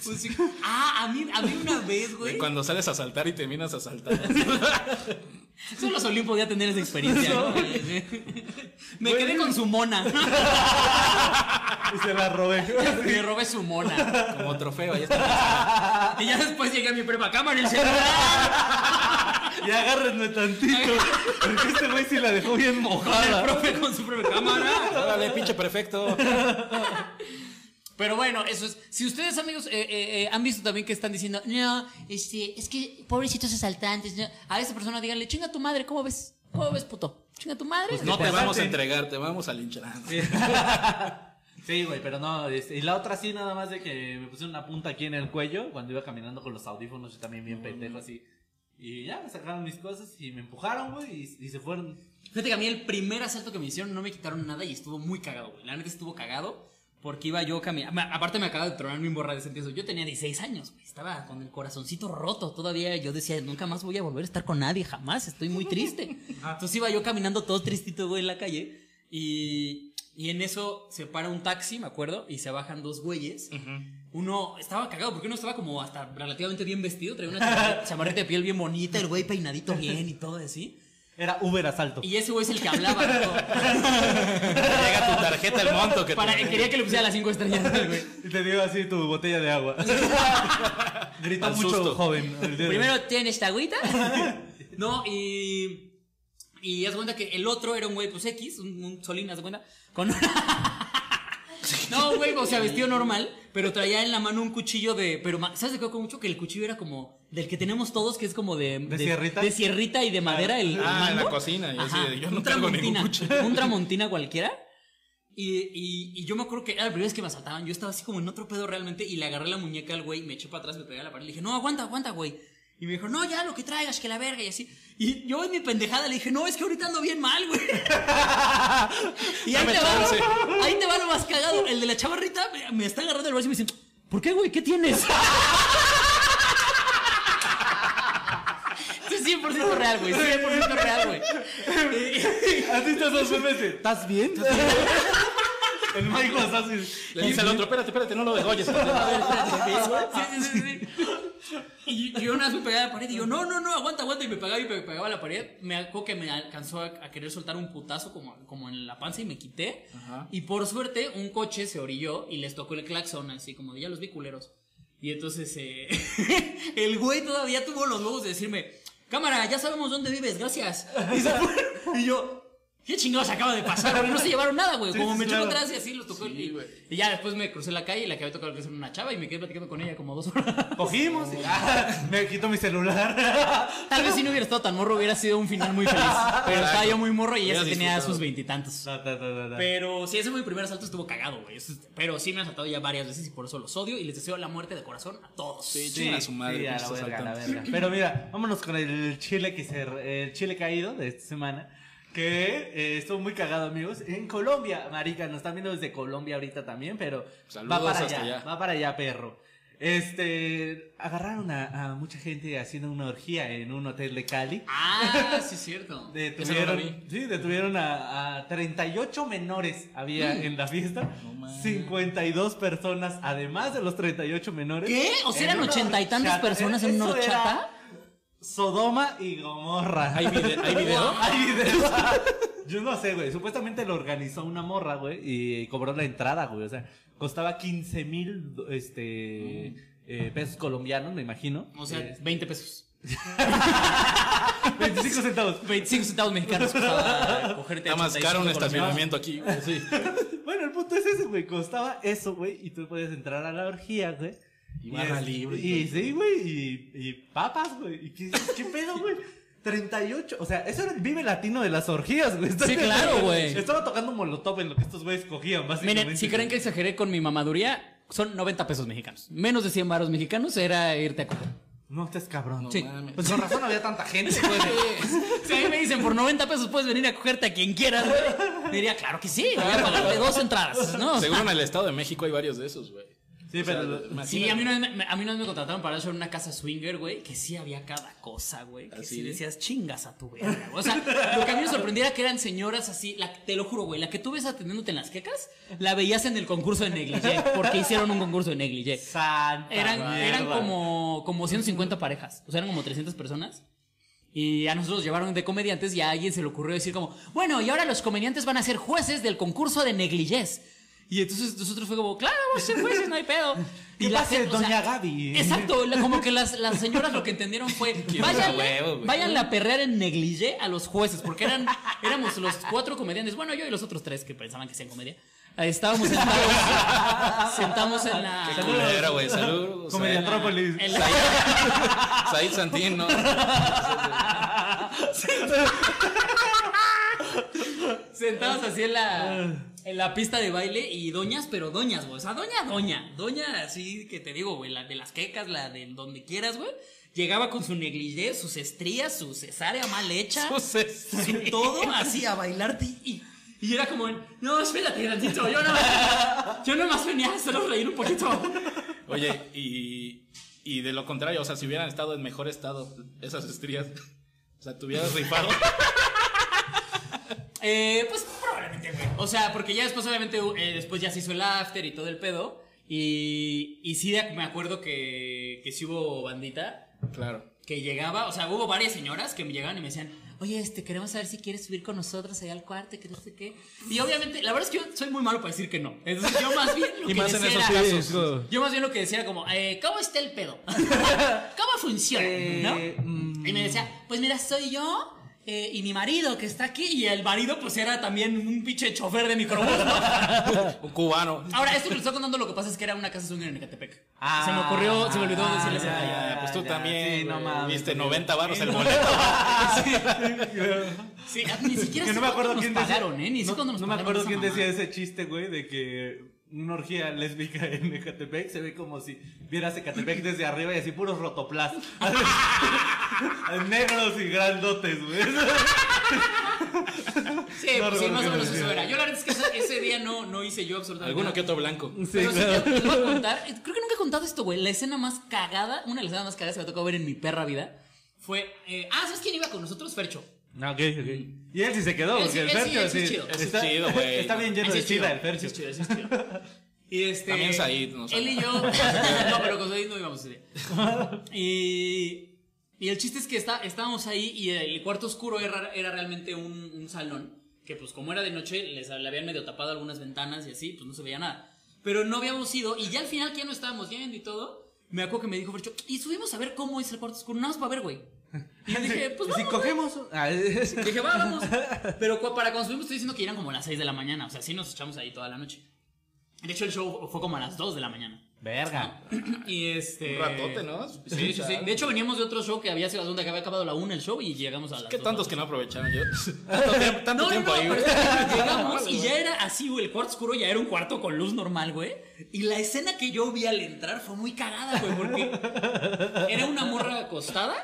Speaker 6: Pues sí. Ah, a mí, a mí una vez,
Speaker 4: güey.
Speaker 6: güey.
Speaker 4: Cuando sales a saltar y terminas asaltando.
Speaker 6: Solo Solín podía tener esa experiencia, ¿no? Me
Speaker 5: Güey.
Speaker 6: quedé con su mona.
Speaker 5: Y se la robé.
Speaker 6: Me robé su mona.
Speaker 4: Como trofeo, ahí está.
Speaker 6: Y ya después llegué a mi prepa cámara el "Ah, celular.
Speaker 5: Y agárrenme tantito. Porque este güey sí la dejó bien
Speaker 6: El
Speaker 5: mojada.
Speaker 6: profe con su propia cámara.
Speaker 4: Órale, pinche perfecto.
Speaker 6: Pero bueno, eso es. Si ustedes, amigos, eh, eh, eh, han visto también que están diciendo, no, este, es que pobrecitos asaltantes, no". a esa persona díganle, chinga tu madre, ¿cómo ves? ¿Cómo ves, puto? Chinga tu madre.
Speaker 4: No te
Speaker 5: pasaste.
Speaker 4: vamos a entregar, te vamos a linchar.
Speaker 5: Sí, güey, pero no. este, y la otra sí, nada más de que me pusieron una punta aquí en el cuello cuando iba caminando con los audífonos, yo también bien pendejo así. Y ya me sacaron mis cosas y me empujaron, güey, y, y se fueron.
Speaker 6: Fíjate que a mí el primer asalto que me hicieron no me quitaron nada y estuvo muy cagado, güey. La neta estuvo cagado porque iba yo caminando. Aparte me acaba de tronar mi borra de sentido. Yo tenía 16 años, güey. Estaba con el corazoncito roto. Todavía yo decía, nunca más voy a volver a estar con nadie, jamás. Estoy muy triste. Entonces iba yo caminando todo tristito, güey, en la calle. Y, y en eso se para un taxi, me acuerdo, y se bajan dos güeyes. Uno estaba cagado porque uno estaba como hasta relativamente bien vestido, traía una chamarra- chamarrita de piel bien bonita, el güey peinadito bien y todo así.
Speaker 5: Era Uber asalto.
Speaker 6: Y ese güey es el que hablaba. ¿no?
Speaker 4: Llega tu tarjeta, el monto que te
Speaker 6: Para, quería que le pusiera las cinco estrellas al güey.
Speaker 5: Y te dio así tu botella de agua. Grita
Speaker 4: Al
Speaker 5: mucho,
Speaker 4: susto.
Speaker 5: joven. el día de-
Speaker 6: Primero tiene esta agüita. No, y. Y haz de cuenta que el otro era un güey, pues X, un, un solín, haz de cuenta. Con una- No, un güey, o sea, vestido normal, pero traía en la mano un cuchillo de. Pero, ma- ¿sabes de qué? me acuerdo mucho que el cuchillo era como. Del que tenemos todos, que es como de.
Speaker 5: ¿De sierrita?
Speaker 6: De sierrita y de madera. El, el
Speaker 4: Ah, en la
Speaker 6: mango.
Speaker 4: cocina. y así
Speaker 6: Ajá,
Speaker 4: de, yo no
Speaker 6: un
Speaker 4: cargo ningún
Speaker 6: tramontina,
Speaker 4: cuchillo.
Speaker 6: Un tramontina cualquiera. Y, y- y yo me acuerdo que era la primera vez que me asaltaban. Yo estaba así como en otro pedo realmente. Y le agarré la muñeca al güey, me eché para atrás, me pegué a la pared. Le dije, no, aguanta, aguanta, güey. Y me dijo, no, ya lo que traigas, que la verga, y así. Y yo en mi pendejada le dije, no, es que ahorita ando bien mal, güey. y ahí
Speaker 4: Dame
Speaker 6: te,
Speaker 4: chance.
Speaker 6: va, ahí te va lo más cagado. El de la chavarrita me, me está agarrando el brazo y me dice, ¿por qué, güey? ¿Qué tienes? Esto es 100% real, güey. 100% real, güey.
Speaker 5: ¿Has visto esos memes de, ¿Estás bien? El Michael está así.
Speaker 4: Le dice al otro, espérate, espérate, no lo degolles.
Speaker 6: Sí, sí, sí, sí. Y yo- yo una vez me pegaba a la pared y yo, no, no, no, aguanta, aguanta. Y me pegaba y me pegaba a la pared. Me acuerdo que me alcanzó a, a querer soltar un putazo como, como en la panza y me quité. Y por suerte, un coche se orilló y les tocó el claxon, así como de ya los vi culeros. Y entonces eh, el güey todavía tuvo los huevos de decirme, cámara, ya sabemos dónde vives, gracias. Y, se fue. Y yo, ¿qué chingados acaba de pasar? güey? no se llevaron nada, güey. Como me echó atrás y así los tocó. el- y, ya después me crucé la calle y la acabé tocando con una chava y me quedé platicando con ella como dos horas.
Speaker 5: Cogimos
Speaker 4: Oh.
Speaker 5: y ah, me quito mi celular.
Speaker 6: Tal vez si no hubiera estado tan morro hubiera sido un final muy feliz. Pero
Speaker 4: Exacto.
Speaker 6: estaba yo muy morro y ella
Speaker 4: Hubieras
Speaker 6: sí tenía
Speaker 4: disfrutado.
Speaker 6: sus veintitantos.
Speaker 5: Ta, ta, ta, ta, ta.
Speaker 6: Pero sí, ese fue mi primer asalto, estuvo cagado, güey. Eso es- Pero sí me han asaltado ya varias veces y por eso los odio y les deseo la muerte de corazón a todos.
Speaker 4: Sí, chinga a su madre.
Speaker 5: Sí, a la
Speaker 4: estos
Speaker 5: verga, a la
Speaker 4: saltantes.
Speaker 5: verga. Pero mira, vámonos con el chile que se, el chile caído de esta semana. Que eh, estuvo muy cagado, amigos. En Colombia, marica, nos están viendo desde Colombia ahorita también, pero
Speaker 4: Saludos
Speaker 5: va para
Speaker 4: hasta
Speaker 5: allá,
Speaker 4: allá.
Speaker 5: va para allá, perro. Este, agarraron a, a mucha gente haciendo una orgía en un hotel de Cali.
Speaker 6: Ah, sí, es cierto. Eso no lo vi.
Speaker 5: Detuvieron, sí, detuvieron a, a 38 menores había
Speaker 6: Mm.
Speaker 5: en la fiesta. 52 personas, además de los 38 menores.
Speaker 6: ¿Qué? O sea,
Speaker 5: En
Speaker 6: eran
Speaker 5: una
Speaker 6: ochenta y tantas
Speaker 5: horchata. E-,
Speaker 6: personas en una
Speaker 5: Eso era
Speaker 6: horchata.
Speaker 5: Sodoma y Gomorra.
Speaker 4: ¿Hay, vide- ¿Hay video?
Speaker 5: Hay video. Yo no sé, güey. Supuestamente lo organizó una morra, güey. Y cobró la entrada, güey. O sea, costaba 15 mil este, eh, pesos colombianos, me imagino.
Speaker 6: Mm. O sea,
Speaker 5: Eh,
Speaker 6: 20 pesos.
Speaker 5: 25 centavos.
Speaker 6: 25 centavos mexicanos costaba cogerte.
Speaker 4: Está más caro un
Speaker 6: 85 colombianos.
Speaker 4: estacionamiento aquí. güey, Sí.
Speaker 5: Bueno, el punto es ese, güey. Costaba eso, güey. Y tú puedes entrar a la orgía, güey.
Speaker 4: Y barra
Speaker 5: es-
Speaker 4: libre y
Speaker 5: Y sí, güey. Y, y papas, güey. ¿Y qué, qué pedo, güey? 38. O sea, eso era el vive latino de las orgías, güey.
Speaker 6: Sí, claro, güey.
Speaker 5: Estaba tocando molotov en lo que estos güeyes cogían, básicamente.
Speaker 6: Miren, si creen que exageré con mi mamaduría, son 90 pesos mexicanos. Menos de 100 varos mexicanos era irte a coger.
Speaker 5: No estés cabrón.
Speaker 6: Sí.
Speaker 4: mames.
Speaker 5: Pues con razón había tanta gente, güey.
Speaker 6: Si a mí me dicen por 90 pesos puedes venir a cogerte a quien quieras, güey, diría, claro que sí, voy a pagarte dos entradas, ¿no?
Speaker 4: Seguro en el Estado de México hay varios de esos, güey.
Speaker 5: Sí,
Speaker 4: O sea,
Speaker 5: pero.
Speaker 6: Sí,
Speaker 4: imagínate.
Speaker 6: a mí, no me, a mí una vez me contrataron para hacer una casa swinger, güey, que sí había cada cosa, güey. Que
Speaker 4: ¿Así?
Speaker 6: sí decías chingas a tu verga, güey. O sea, lo que a mí me sorprendía era que eran señoras así, la, te lo juro, güey, la que tú ves atendiéndote en las quecas, la veías en el concurso de negligé, porque hicieron un concurso de negligé.
Speaker 5: Santa
Speaker 6: Eran,
Speaker 5: Ah, mierda.
Speaker 6: eran como, como 150 parejas, o sea, eran como 300 personas. Y a nosotros llevaron de comediantes y a alguien se le ocurrió decir como, bueno, y ahora los comediantes van a ser jueces del concurso de negligés. Y entonces nosotros fue como, claro, vamos a ser jueces, no hay pedo.
Speaker 5: ¿Qué
Speaker 6: y la
Speaker 5: pasa,
Speaker 6: gente, o sea,
Speaker 5: doña Gaby? ¿eh?
Speaker 6: Exacto, la- como que las, las señoras lo que entendieron fue, váyanle, váyanle a perrear en negligé a los jueces, porque eran, éramos los cuatro comediantes, bueno, yo y los otros tres que pensaban que hacían comedia. Ahí Estábamos sentados, sentamos en la...
Speaker 4: Qué culero, güey. Saludos. Said-
Speaker 5: Comediantrópolis.
Speaker 6: en la-
Speaker 4: Said Santín, ¿no?
Speaker 6: Sentados así en la, en la pista de baile y doñas, pero doñas, güey. O sea, doña, doña. Doña, así que te digo, güey, la de las quecas, la de donde quieras, güey. Llegaba con su negligé, sus estrías, su cesárea mal hecha. su todo así a bailarte y, y era como, no, espérate, tantito, yo no yo nomás venía a hacerlo reír un poquito.
Speaker 4: Oye, y, y de lo contrario, o sea, si hubieran estado en mejor estado esas estrías, o sea, te hubieras rifado.
Speaker 6: Eh, pues probablemente, güey. O sea, porque ya después, obviamente, eh, después ya se hizo el after y todo el pedo. Y, y sí, de- me acuerdo que, que sí hubo bandita
Speaker 4: Claro.
Speaker 6: que llegaba, o sea, hubo varias señoras que me llegaban y me decían, oye, este, queremos saber si quieres subir con nosotros allá al cuarto, y que no sé qué. Y obviamente, la verdad es que yo soy muy malo para decir que no. Entonces, yo más bien lo
Speaker 4: Y
Speaker 6: que
Speaker 4: más en
Speaker 6: decía
Speaker 4: esos
Speaker 6: era-
Speaker 4: casos.
Speaker 6: Yo más bien lo que decía era como, eh, ¿cómo está el pedo? ¿Cómo funciona?
Speaker 5: Eh,
Speaker 6: ¿No?
Speaker 5: mm.
Speaker 6: Y me decía, pues mira, soy yo eh, y mi marido que está aquí. Y el marido, pues era también un pinche chofer de microbús, ¿no?
Speaker 4: Un cubano.
Speaker 6: Ahora, esto que les estoy contando lo que pasa es que era una casa swinger en Ecatepec.
Speaker 5: Ah,
Speaker 6: se me ocurrió, se me olvidó decirles
Speaker 5: ya,
Speaker 6: el detalle.
Speaker 4: Ah, pues tú
Speaker 5: ya,
Speaker 4: también.
Speaker 5: sí, no
Speaker 4: güey.
Speaker 5: mames,
Speaker 4: Viste
Speaker 5: amigo.
Speaker 4: 90 baros el boleto.
Speaker 6: Sí, Ah, ni siquiera
Speaker 5: Que
Speaker 6: sé
Speaker 5: no me acuerdo
Speaker 6: cuándo
Speaker 5: quién
Speaker 6: nos
Speaker 5: decía.
Speaker 6: pagaron, ¿eh? Ni sé
Speaker 5: no,
Speaker 6: cuándo nos
Speaker 5: no me
Speaker 6: pagaron
Speaker 5: acuerdo
Speaker 6: esa
Speaker 5: quién
Speaker 6: mamada.
Speaker 5: decía ese chiste, güey, de que una orgía lésbica en Ecatepec se ve como si vieras Ecatepec desde arriba y así puros rotoplas. Negros y grandotes, güey.
Speaker 6: Sí,
Speaker 5: No
Speaker 6: pues sí,
Speaker 5: recuerdo
Speaker 6: más o
Speaker 5: quién
Speaker 6: menos
Speaker 5: decía.
Speaker 6: eso era. Yo la verdad es que ese, ese día no, no hice yo absolutamente
Speaker 4: Alguno
Speaker 6: nada.
Speaker 4: que otro blanco.
Speaker 6: Pero sí, te- te voy a contar. eh, Creo que nunca he contado esto, güey. La escena más cagada, una de las escenas más cagadas que me ha tocado ver en mi perra vida fue. eh, ah, ¿sabes quién iba con nosotros? Fercho.
Speaker 5: Ah, ok, ok. Y él sí se quedó,
Speaker 6: Mm. Él sí-
Speaker 5: porque
Speaker 6: él
Speaker 5: el
Speaker 6: sí-
Speaker 5: Fercho
Speaker 6: él sí es
Speaker 5: sí.
Speaker 6: chido.
Speaker 4: Ese es chido, güey.
Speaker 5: Está bien lleno
Speaker 6: Ese
Speaker 5: de
Speaker 6: es chido,
Speaker 5: chida el
Speaker 6: ese
Speaker 5: Fercho.
Speaker 6: es chido, ese es chido. Y este.
Speaker 4: También Said, no sé.
Speaker 6: Él y yo. no, pero con Said no íbamos ese día. Y. Y el chiste es que está, estábamos ahí y el cuarto oscuro era, era realmente un, un salón. Que pues como era de noche, les, le habían medio tapado algunas ventanas y así, pues no se veía nada. Pero no habíamos ido y ya al final que ya no estábamos viendo y todo, me acuerdo que me dijo Fercho, y subimos a ver cómo es el cuarto oscuro, nada más para ver, güey. Y yo dije, pues
Speaker 5: Y si
Speaker 6: vamos, güey".
Speaker 5: cogemos. Ah, es-
Speaker 6: Dije, va, vamos. Pero cu- para cuando subimos, estoy diciendo que eran como las 6 de la mañana. O sea, sí nos echamos ahí toda la noche. De hecho, el show fue como a las 2 de la mañana.
Speaker 5: Verga.
Speaker 6: Y este.
Speaker 4: Un ratote, ¿no?
Speaker 6: Sí, sí, sí. De hecho, veníamos de otro show que había sido donde había acabado la 1 el show y llegamos a las.
Speaker 4: ¿Qué
Speaker 6: dos,
Speaker 4: tantos
Speaker 6: ¿no?
Speaker 4: que no aprovecharon yo? Tanto tiempo, tanto
Speaker 6: No, no,
Speaker 4: tiempo
Speaker 6: no,
Speaker 4: ahí,
Speaker 6: pero
Speaker 4: güey.
Speaker 6: es que llegamos y ya era así, güey. El cuarto oscuro ya era un cuarto con luz normal, güey. Y la escena que yo vi al entrar fue muy cagada, güey, porque era una morra acostada,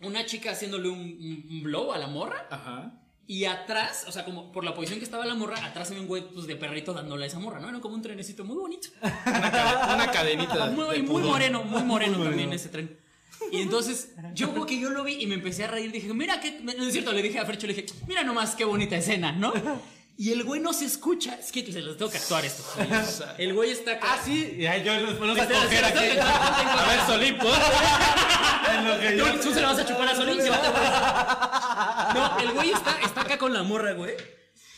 Speaker 6: una chica haciéndole un- un- un blow a la morra.
Speaker 4: Ajá.
Speaker 6: Y atrás, o sea, como por la posición que estaba la morra, atrás había un güey pues, de perrito dándole a esa morra, ¿no? Era como un trenecito muy bonito.
Speaker 4: Una, ca- una cadenita. de-
Speaker 6: Muy,
Speaker 4: de
Speaker 6: muy
Speaker 4: pudor.
Speaker 6: moreno, muy moreno también ese tren. Y entonces, yo como que yo lo vi y me empecé a reír. Dije, mira qué. No es cierto, le dije a Fercho, le dije, mira nomás qué bonita escena, ¿no? Y el güey no se escucha. Es que se los tengo que actuar esto. El güey está acá.
Speaker 5: Ah, sí. Y ahí yo nos ponemos
Speaker 6: Se
Speaker 5: a
Speaker 6: los- se
Speaker 5: coger
Speaker 6: los tengo que
Speaker 5: aquí.
Speaker 6: actuar, tengo-
Speaker 4: A ver, Solín, ¿puedo?
Speaker 5: en lo que yo-
Speaker 6: Tú, tú se la vas a chupar a Solín, se va a tapar. No, el güey está, está acá con la morra, güey.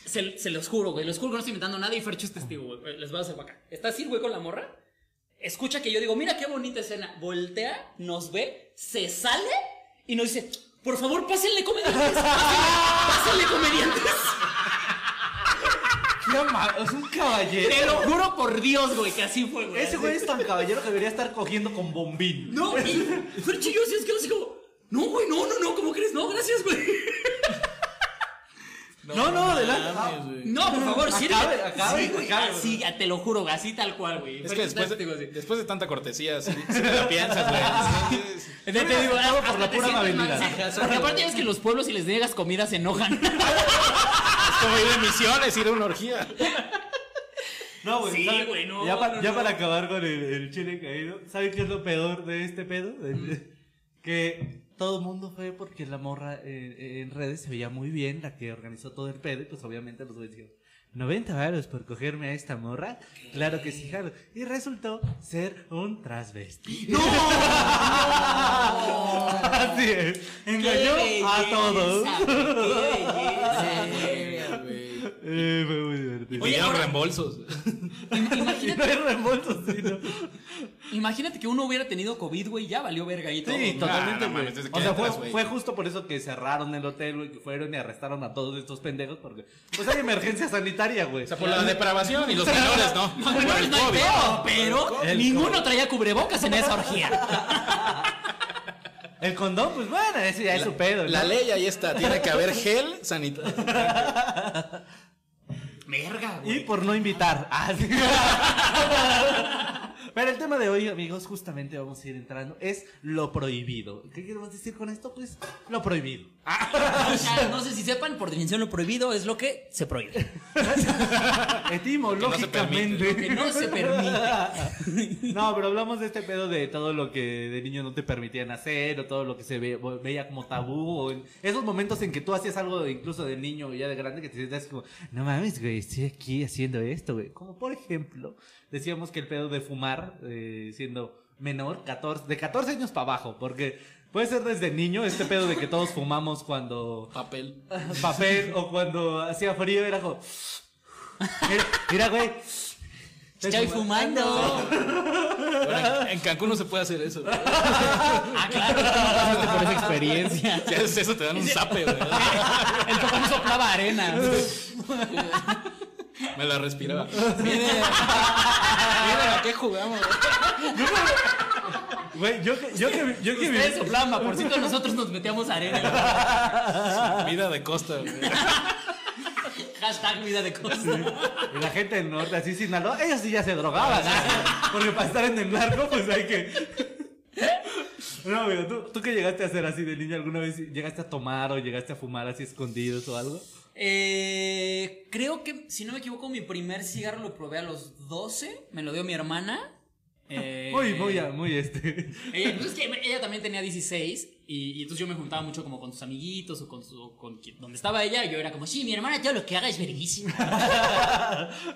Speaker 6: Se, se los juro, güey. Los juro que no estoy inventando nada y Fercho es testigo, güey. Les voy a hacer para acá. Está así, güey, con la morra. Escucha que yo digo, mira qué bonita escena. Voltea, nos ve, se sale y nos dice, por favor, pásenle comediantes. Pásenle, pásenle comediantes.
Speaker 5: Qué ama- Es un caballero.
Speaker 6: Te lo juro por Dios, güey, que así fue, güey.
Speaker 5: Ese güey es tan caballero que debería estar cogiendo con bombín.
Speaker 6: No, y Fercho y yo así es que así como, no, güey, no, no, no, ¿cómo crees? No, gracias, güey.
Speaker 5: No, no, adelante.
Speaker 4: mames, güey.
Speaker 6: No, por favor, sirve.
Speaker 5: Acabe, acabe,
Speaker 6: sí, güey,
Speaker 5: acabe.
Speaker 6: así, ya te lo juro, güey, así tal cual, güey.
Speaker 4: Es que después
Speaker 6: te digo
Speaker 4: de, después de tanta cortesía, sí, sí te la piensas, güey. Sí, sí, sí.
Speaker 6: te digo,
Speaker 5: Todo por
Speaker 6: hasta
Speaker 5: la
Speaker 6: te
Speaker 5: pura
Speaker 6: sientes mal,
Speaker 5: amabilidad.
Speaker 6: sí. Porque aparte ya ves que los pueblos si les niegas comida se enojan.
Speaker 4: Es como ir de misiones, ir a una orgía.
Speaker 5: No, güey.
Speaker 6: Sí,
Speaker 5: ¿sabe?
Speaker 6: güey, no,
Speaker 5: Ya, pa-
Speaker 6: no,
Speaker 5: ya
Speaker 6: no.
Speaker 5: para acabar con el, el chile caído, ¿saben qué es lo peor de este pedo? que todo el mundo fue porque la morra eh, en redes se veía muy bien, la que organizó todo el pedo, y pues obviamente los güeyes dijeron. 90 varos por cogerme a esta morra, claro que sí, jalo. Y resultó ser un transvesti. ¡No! Así es. Engañó a todos. Eh, fue muy divertido.
Speaker 6: Oye,
Speaker 4: Pidieron
Speaker 6: ahora-
Speaker 4: reembolsos.
Speaker 5: Y no hay reembolsos, sino.
Speaker 6: Imagínate que uno hubiera tenido COVID, güey, ya valió verga y todo.
Speaker 5: Sí,
Speaker 4: no
Speaker 5: totalmente, güey.
Speaker 4: mames, desde que
Speaker 5: o sea,
Speaker 4: entras,
Speaker 5: fue,
Speaker 4: güey.
Speaker 5: fue justo por eso que cerraron el hotel, güey, que fueron y arrestaron a todos estos pendejos, porque pues hay emergencia sanitaria, güey.
Speaker 4: O sea, por la depravación y los menores, ¿no?
Speaker 6: No, bueno, no hay pedo, pero
Speaker 5: El
Speaker 6: ninguno traía cubrebocas en esa orgía.
Speaker 5: El condón, pues bueno, ese ya es su pedo, ¿no?
Speaker 4: La ley ahí está. Tiene que haber gel sanitario.
Speaker 6: Verga,
Speaker 5: Y
Speaker 6: güey.
Speaker 5: por no invitar. Ah, sí. Pero el tema de hoy, amigos, justamente vamos a ir entrando, es lo prohibido. ¿Qué queremos decir con esto? Pues lo prohibido.
Speaker 6: O sea, no sé si sepan, por definición lo prohibido es lo que se prohíbe.
Speaker 5: Etimológicamente.
Speaker 6: Que no se permite.
Speaker 5: No, pero hablamos de este pedo de todo lo que de niño no te permitían hacer o todo lo que se ve- veía como tabú o en esos momentos en que tú hacías algo de- incluso de niño o ya de grande que te sientes como, no mames, güey, estoy aquí haciendo esto, güey. Como por ejemplo, decíamos que el pedo de fumar eh, siendo menor, 14, de 14 años para abajo, porque puede ser desde niño este pedo de que todos fumamos cuando
Speaker 4: Papel.
Speaker 5: papel o cuando hacía frío era como... Mira, mira, güey. "Ah,
Speaker 6: Estoy fumando.
Speaker 4: Bueno, en Cancún no se puede hacer eso. güey.
Speaker 6: Ah, claro, tú no pasaste por esa experiencia.
Speaker 4: Si haces eso, te dan un zape, güey.
Speaker 6: El tocón soplaba arena.
Speaker 4: Me la respiraba. Miren, miren a qué jugamos.
Speaker 5: Güey, yo que, yo que, yo que viví-
Speaker 6: Ustedes soplaban vaporcito, nosotros nos metíamos arena.
Speaker 4: Vida de costa, güey.
Speaker 6: Hashtag vida de cosas.
Speaker 5: Y la gente del norte, así Sinaloa, ellos sí ya se drogaban. ¿no? Porque para estar en el narco, pues hay que. No, amigo, ¿tú, tú qué llegaste a hacer así de niño alguna vez? ¿Llegaste a tomar o llegaste a fumar así escondidos o algo?
Speaker 6: Eh, creo que, si no me equivoco, mi primer cigarro lo probé a los 12. Me lo dio mi hermana. Eh,
Speaker 5: Muy, muy, a- muy este.
Speaker 6: Ella, pues es que ella también tenía 16. Y, Y, y entonces yo me juntaba mucho como con sus amiguitos o con, su- o con quien- donde estaba ella. Y yo era como, sí, mi hermana, todo lo que haga es verguísima.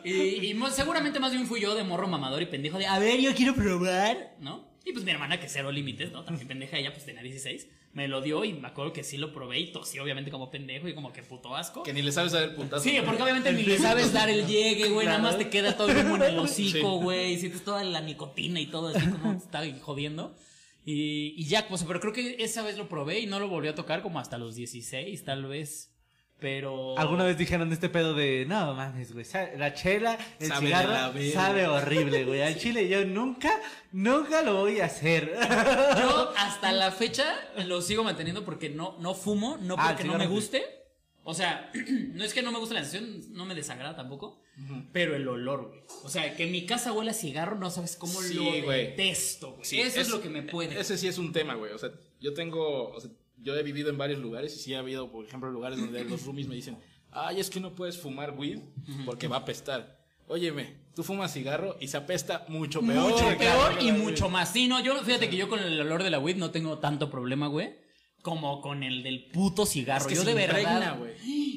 Speaker 6: y y mo- seguramente más bien fui yo de morro mamador y pendejo de, a ver, yo quiero probar, ¿no? Y pues mi hermana, que cero límites, ¿no? También pendeja ella, pues tenía 16. Me lo dio y me acuerdo que sí lo probé y tosí obviamente como pendejo y como que puto asco.
Speaker 4: Que ni le sabes dar el puntazo.
Speaker 6: Sí, porque obviamente ni le sabes dar el llegue, güey. Nada más te queda todo como en el hocico, güey. y Sientes toda la nicotina y todo así como te está jodiendo. Y, y ya, pues, pero creo que esa vez lo probé y no lo volví a tocar como hasta los 16, tal vez. Pero.
Speaker 5: Alguna vez dijeron este pedo de, no mames, güey, sa- la chela, el
Speaker 4: Sabe de
Speaker 5: cigarro,
Speaker 4: la verga".
Speaker 5: sabe horrible, güey. Al chile yo nunca, nunca lo voy a hacer.
Speaker 6: Yo hasta la fecha lo sigo manteniendo porque no, no fumo, no
Speaker 5: Ah,
Speaker 6: porque
Speaker 5: el
Speaker 6: no me
Speaker 5: cigarro sí.
Speaker 6: guste. O sea, no es que no me guste la sensación, no me desagrada tampoco. Pero el olor, güey. O sea, que mi casa huela a cigarro, no sabes cómo
Speaker 4: Sí,
Speaker 6: lo
Speaker 4: güey.
Speaker 6: detesto, güey.
Speaker 4: Sí,
Speaker 6: Eso es, lo que me puede.
Speaker 4: Ese sí es un tema, güey. O sea, yo tengo. O sea, yo he vivido en varios lugares y sí ha habido, por ejemplo, lugares donde los roomies me dicen: Ay, es que no puedes fumar weed porque va a apestar. Óyeme, tú fumas cigarro y se apesta mucho peor.
Speaker 6: mucho
Speaker 4: cabrón,
Speaker 6: peor
Speaker 4: que
Speaker 6: y
Speaker 4: la
Speaker 6: mucho
Speaker 4: weed.
Speaker 6: más. Sí, no, yo fíjate que yo con el olor de la weed no tengo tanto problema, güey. Como con el del puto cigarro.
Speaker 4: Es que
Speaker 6: yo
Speaker 4: se
Speaker 6: de
Speaker 4: impregna,
Speaker 6: verdad. ¡Ah!
Speaker 4: güey.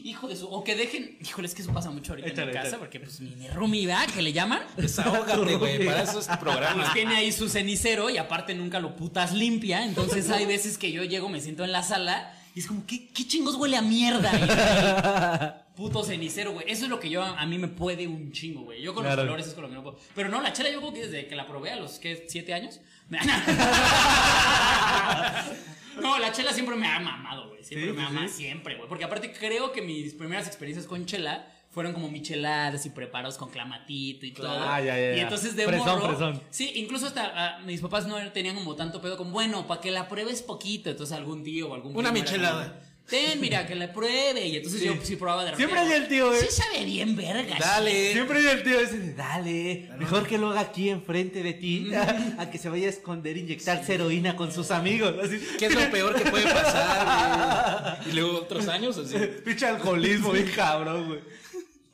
Speaker 6: Hijo de su. O que dejen. Híjole, es que eso pasa mucho ahorita en
Speaker 5: Échale,
Speaker 6: mi casa,
Speaker 5: échale.
Speaker 6: porque pues ni mi roomie, ¿verdad? Que le llaman.
Speaker 4: Desahógate, Pues güey. Para esos
Speaker 6: Pues
Speaker 4: programas.
Speaker 6: tiene ahí su cenicero y aparte nunca lo putas limpia. Entonces hay veces que yo llego, me siento en la sala y es como, ¿qué, qué chingos huele a mierda? ahí? Puto cenicero, güey. Eso es lo que yo a mí me puede un chingo, güey. Yo con
Speaker 5: Claro.
Speaker 6: los colores es con lo que no puedo. Pero no, la chela yo creo que desde que la probé a los ¿qué? siete años. No, la chela siempre me ha mamado, güey. Siempre
Speaker 5: Sí,
Speaker 6: me
Speaker 5: sí,
Speaker 6: ama,
Speaker 5: sí.
Speaker 6: siempre, güey. Porque aparte creo que mis primeras experiencias con chela fueron como micheladas y preparados con clamatito y todo.
Speaker 5: Ah, ya, ya,
Speaker 6: Y
Speaker 5: ya.
Speaker 6: entonces de
Speaker 5: Fresón,
Speaker 6: morro-
Speaker 5: fresón.
Speaker 6: Sí, incluso hasta ah, mis papás no tenían como tanto pedo como, bueno, para que la pruebes poquito. Entonces algún tío o algún.
Speaker 3: Una
Speaker 6: primo era
Speaker 3: michelada.
Speaker 6: como, Ten, mira, que la pruebe. Y entonces yo sí probaba de repente.
Speaker 5: Siempre hay el tío, ¿eh? güey.
Speaker 6: Sí sabe bien, verga.
Speaker 5: Siempre hay el tío ese de, dale, mejor que lo haga aquí enfrente de ti, a, a que se vaya a esconder, inyectarse heroína con sus amigos. Así,
Speaker 4: ¿Qué es lo peor que puede pasar, güey? Y luego otros años, así.
Speaker 5: Pinche alcoholismo, bien cabrón, güey.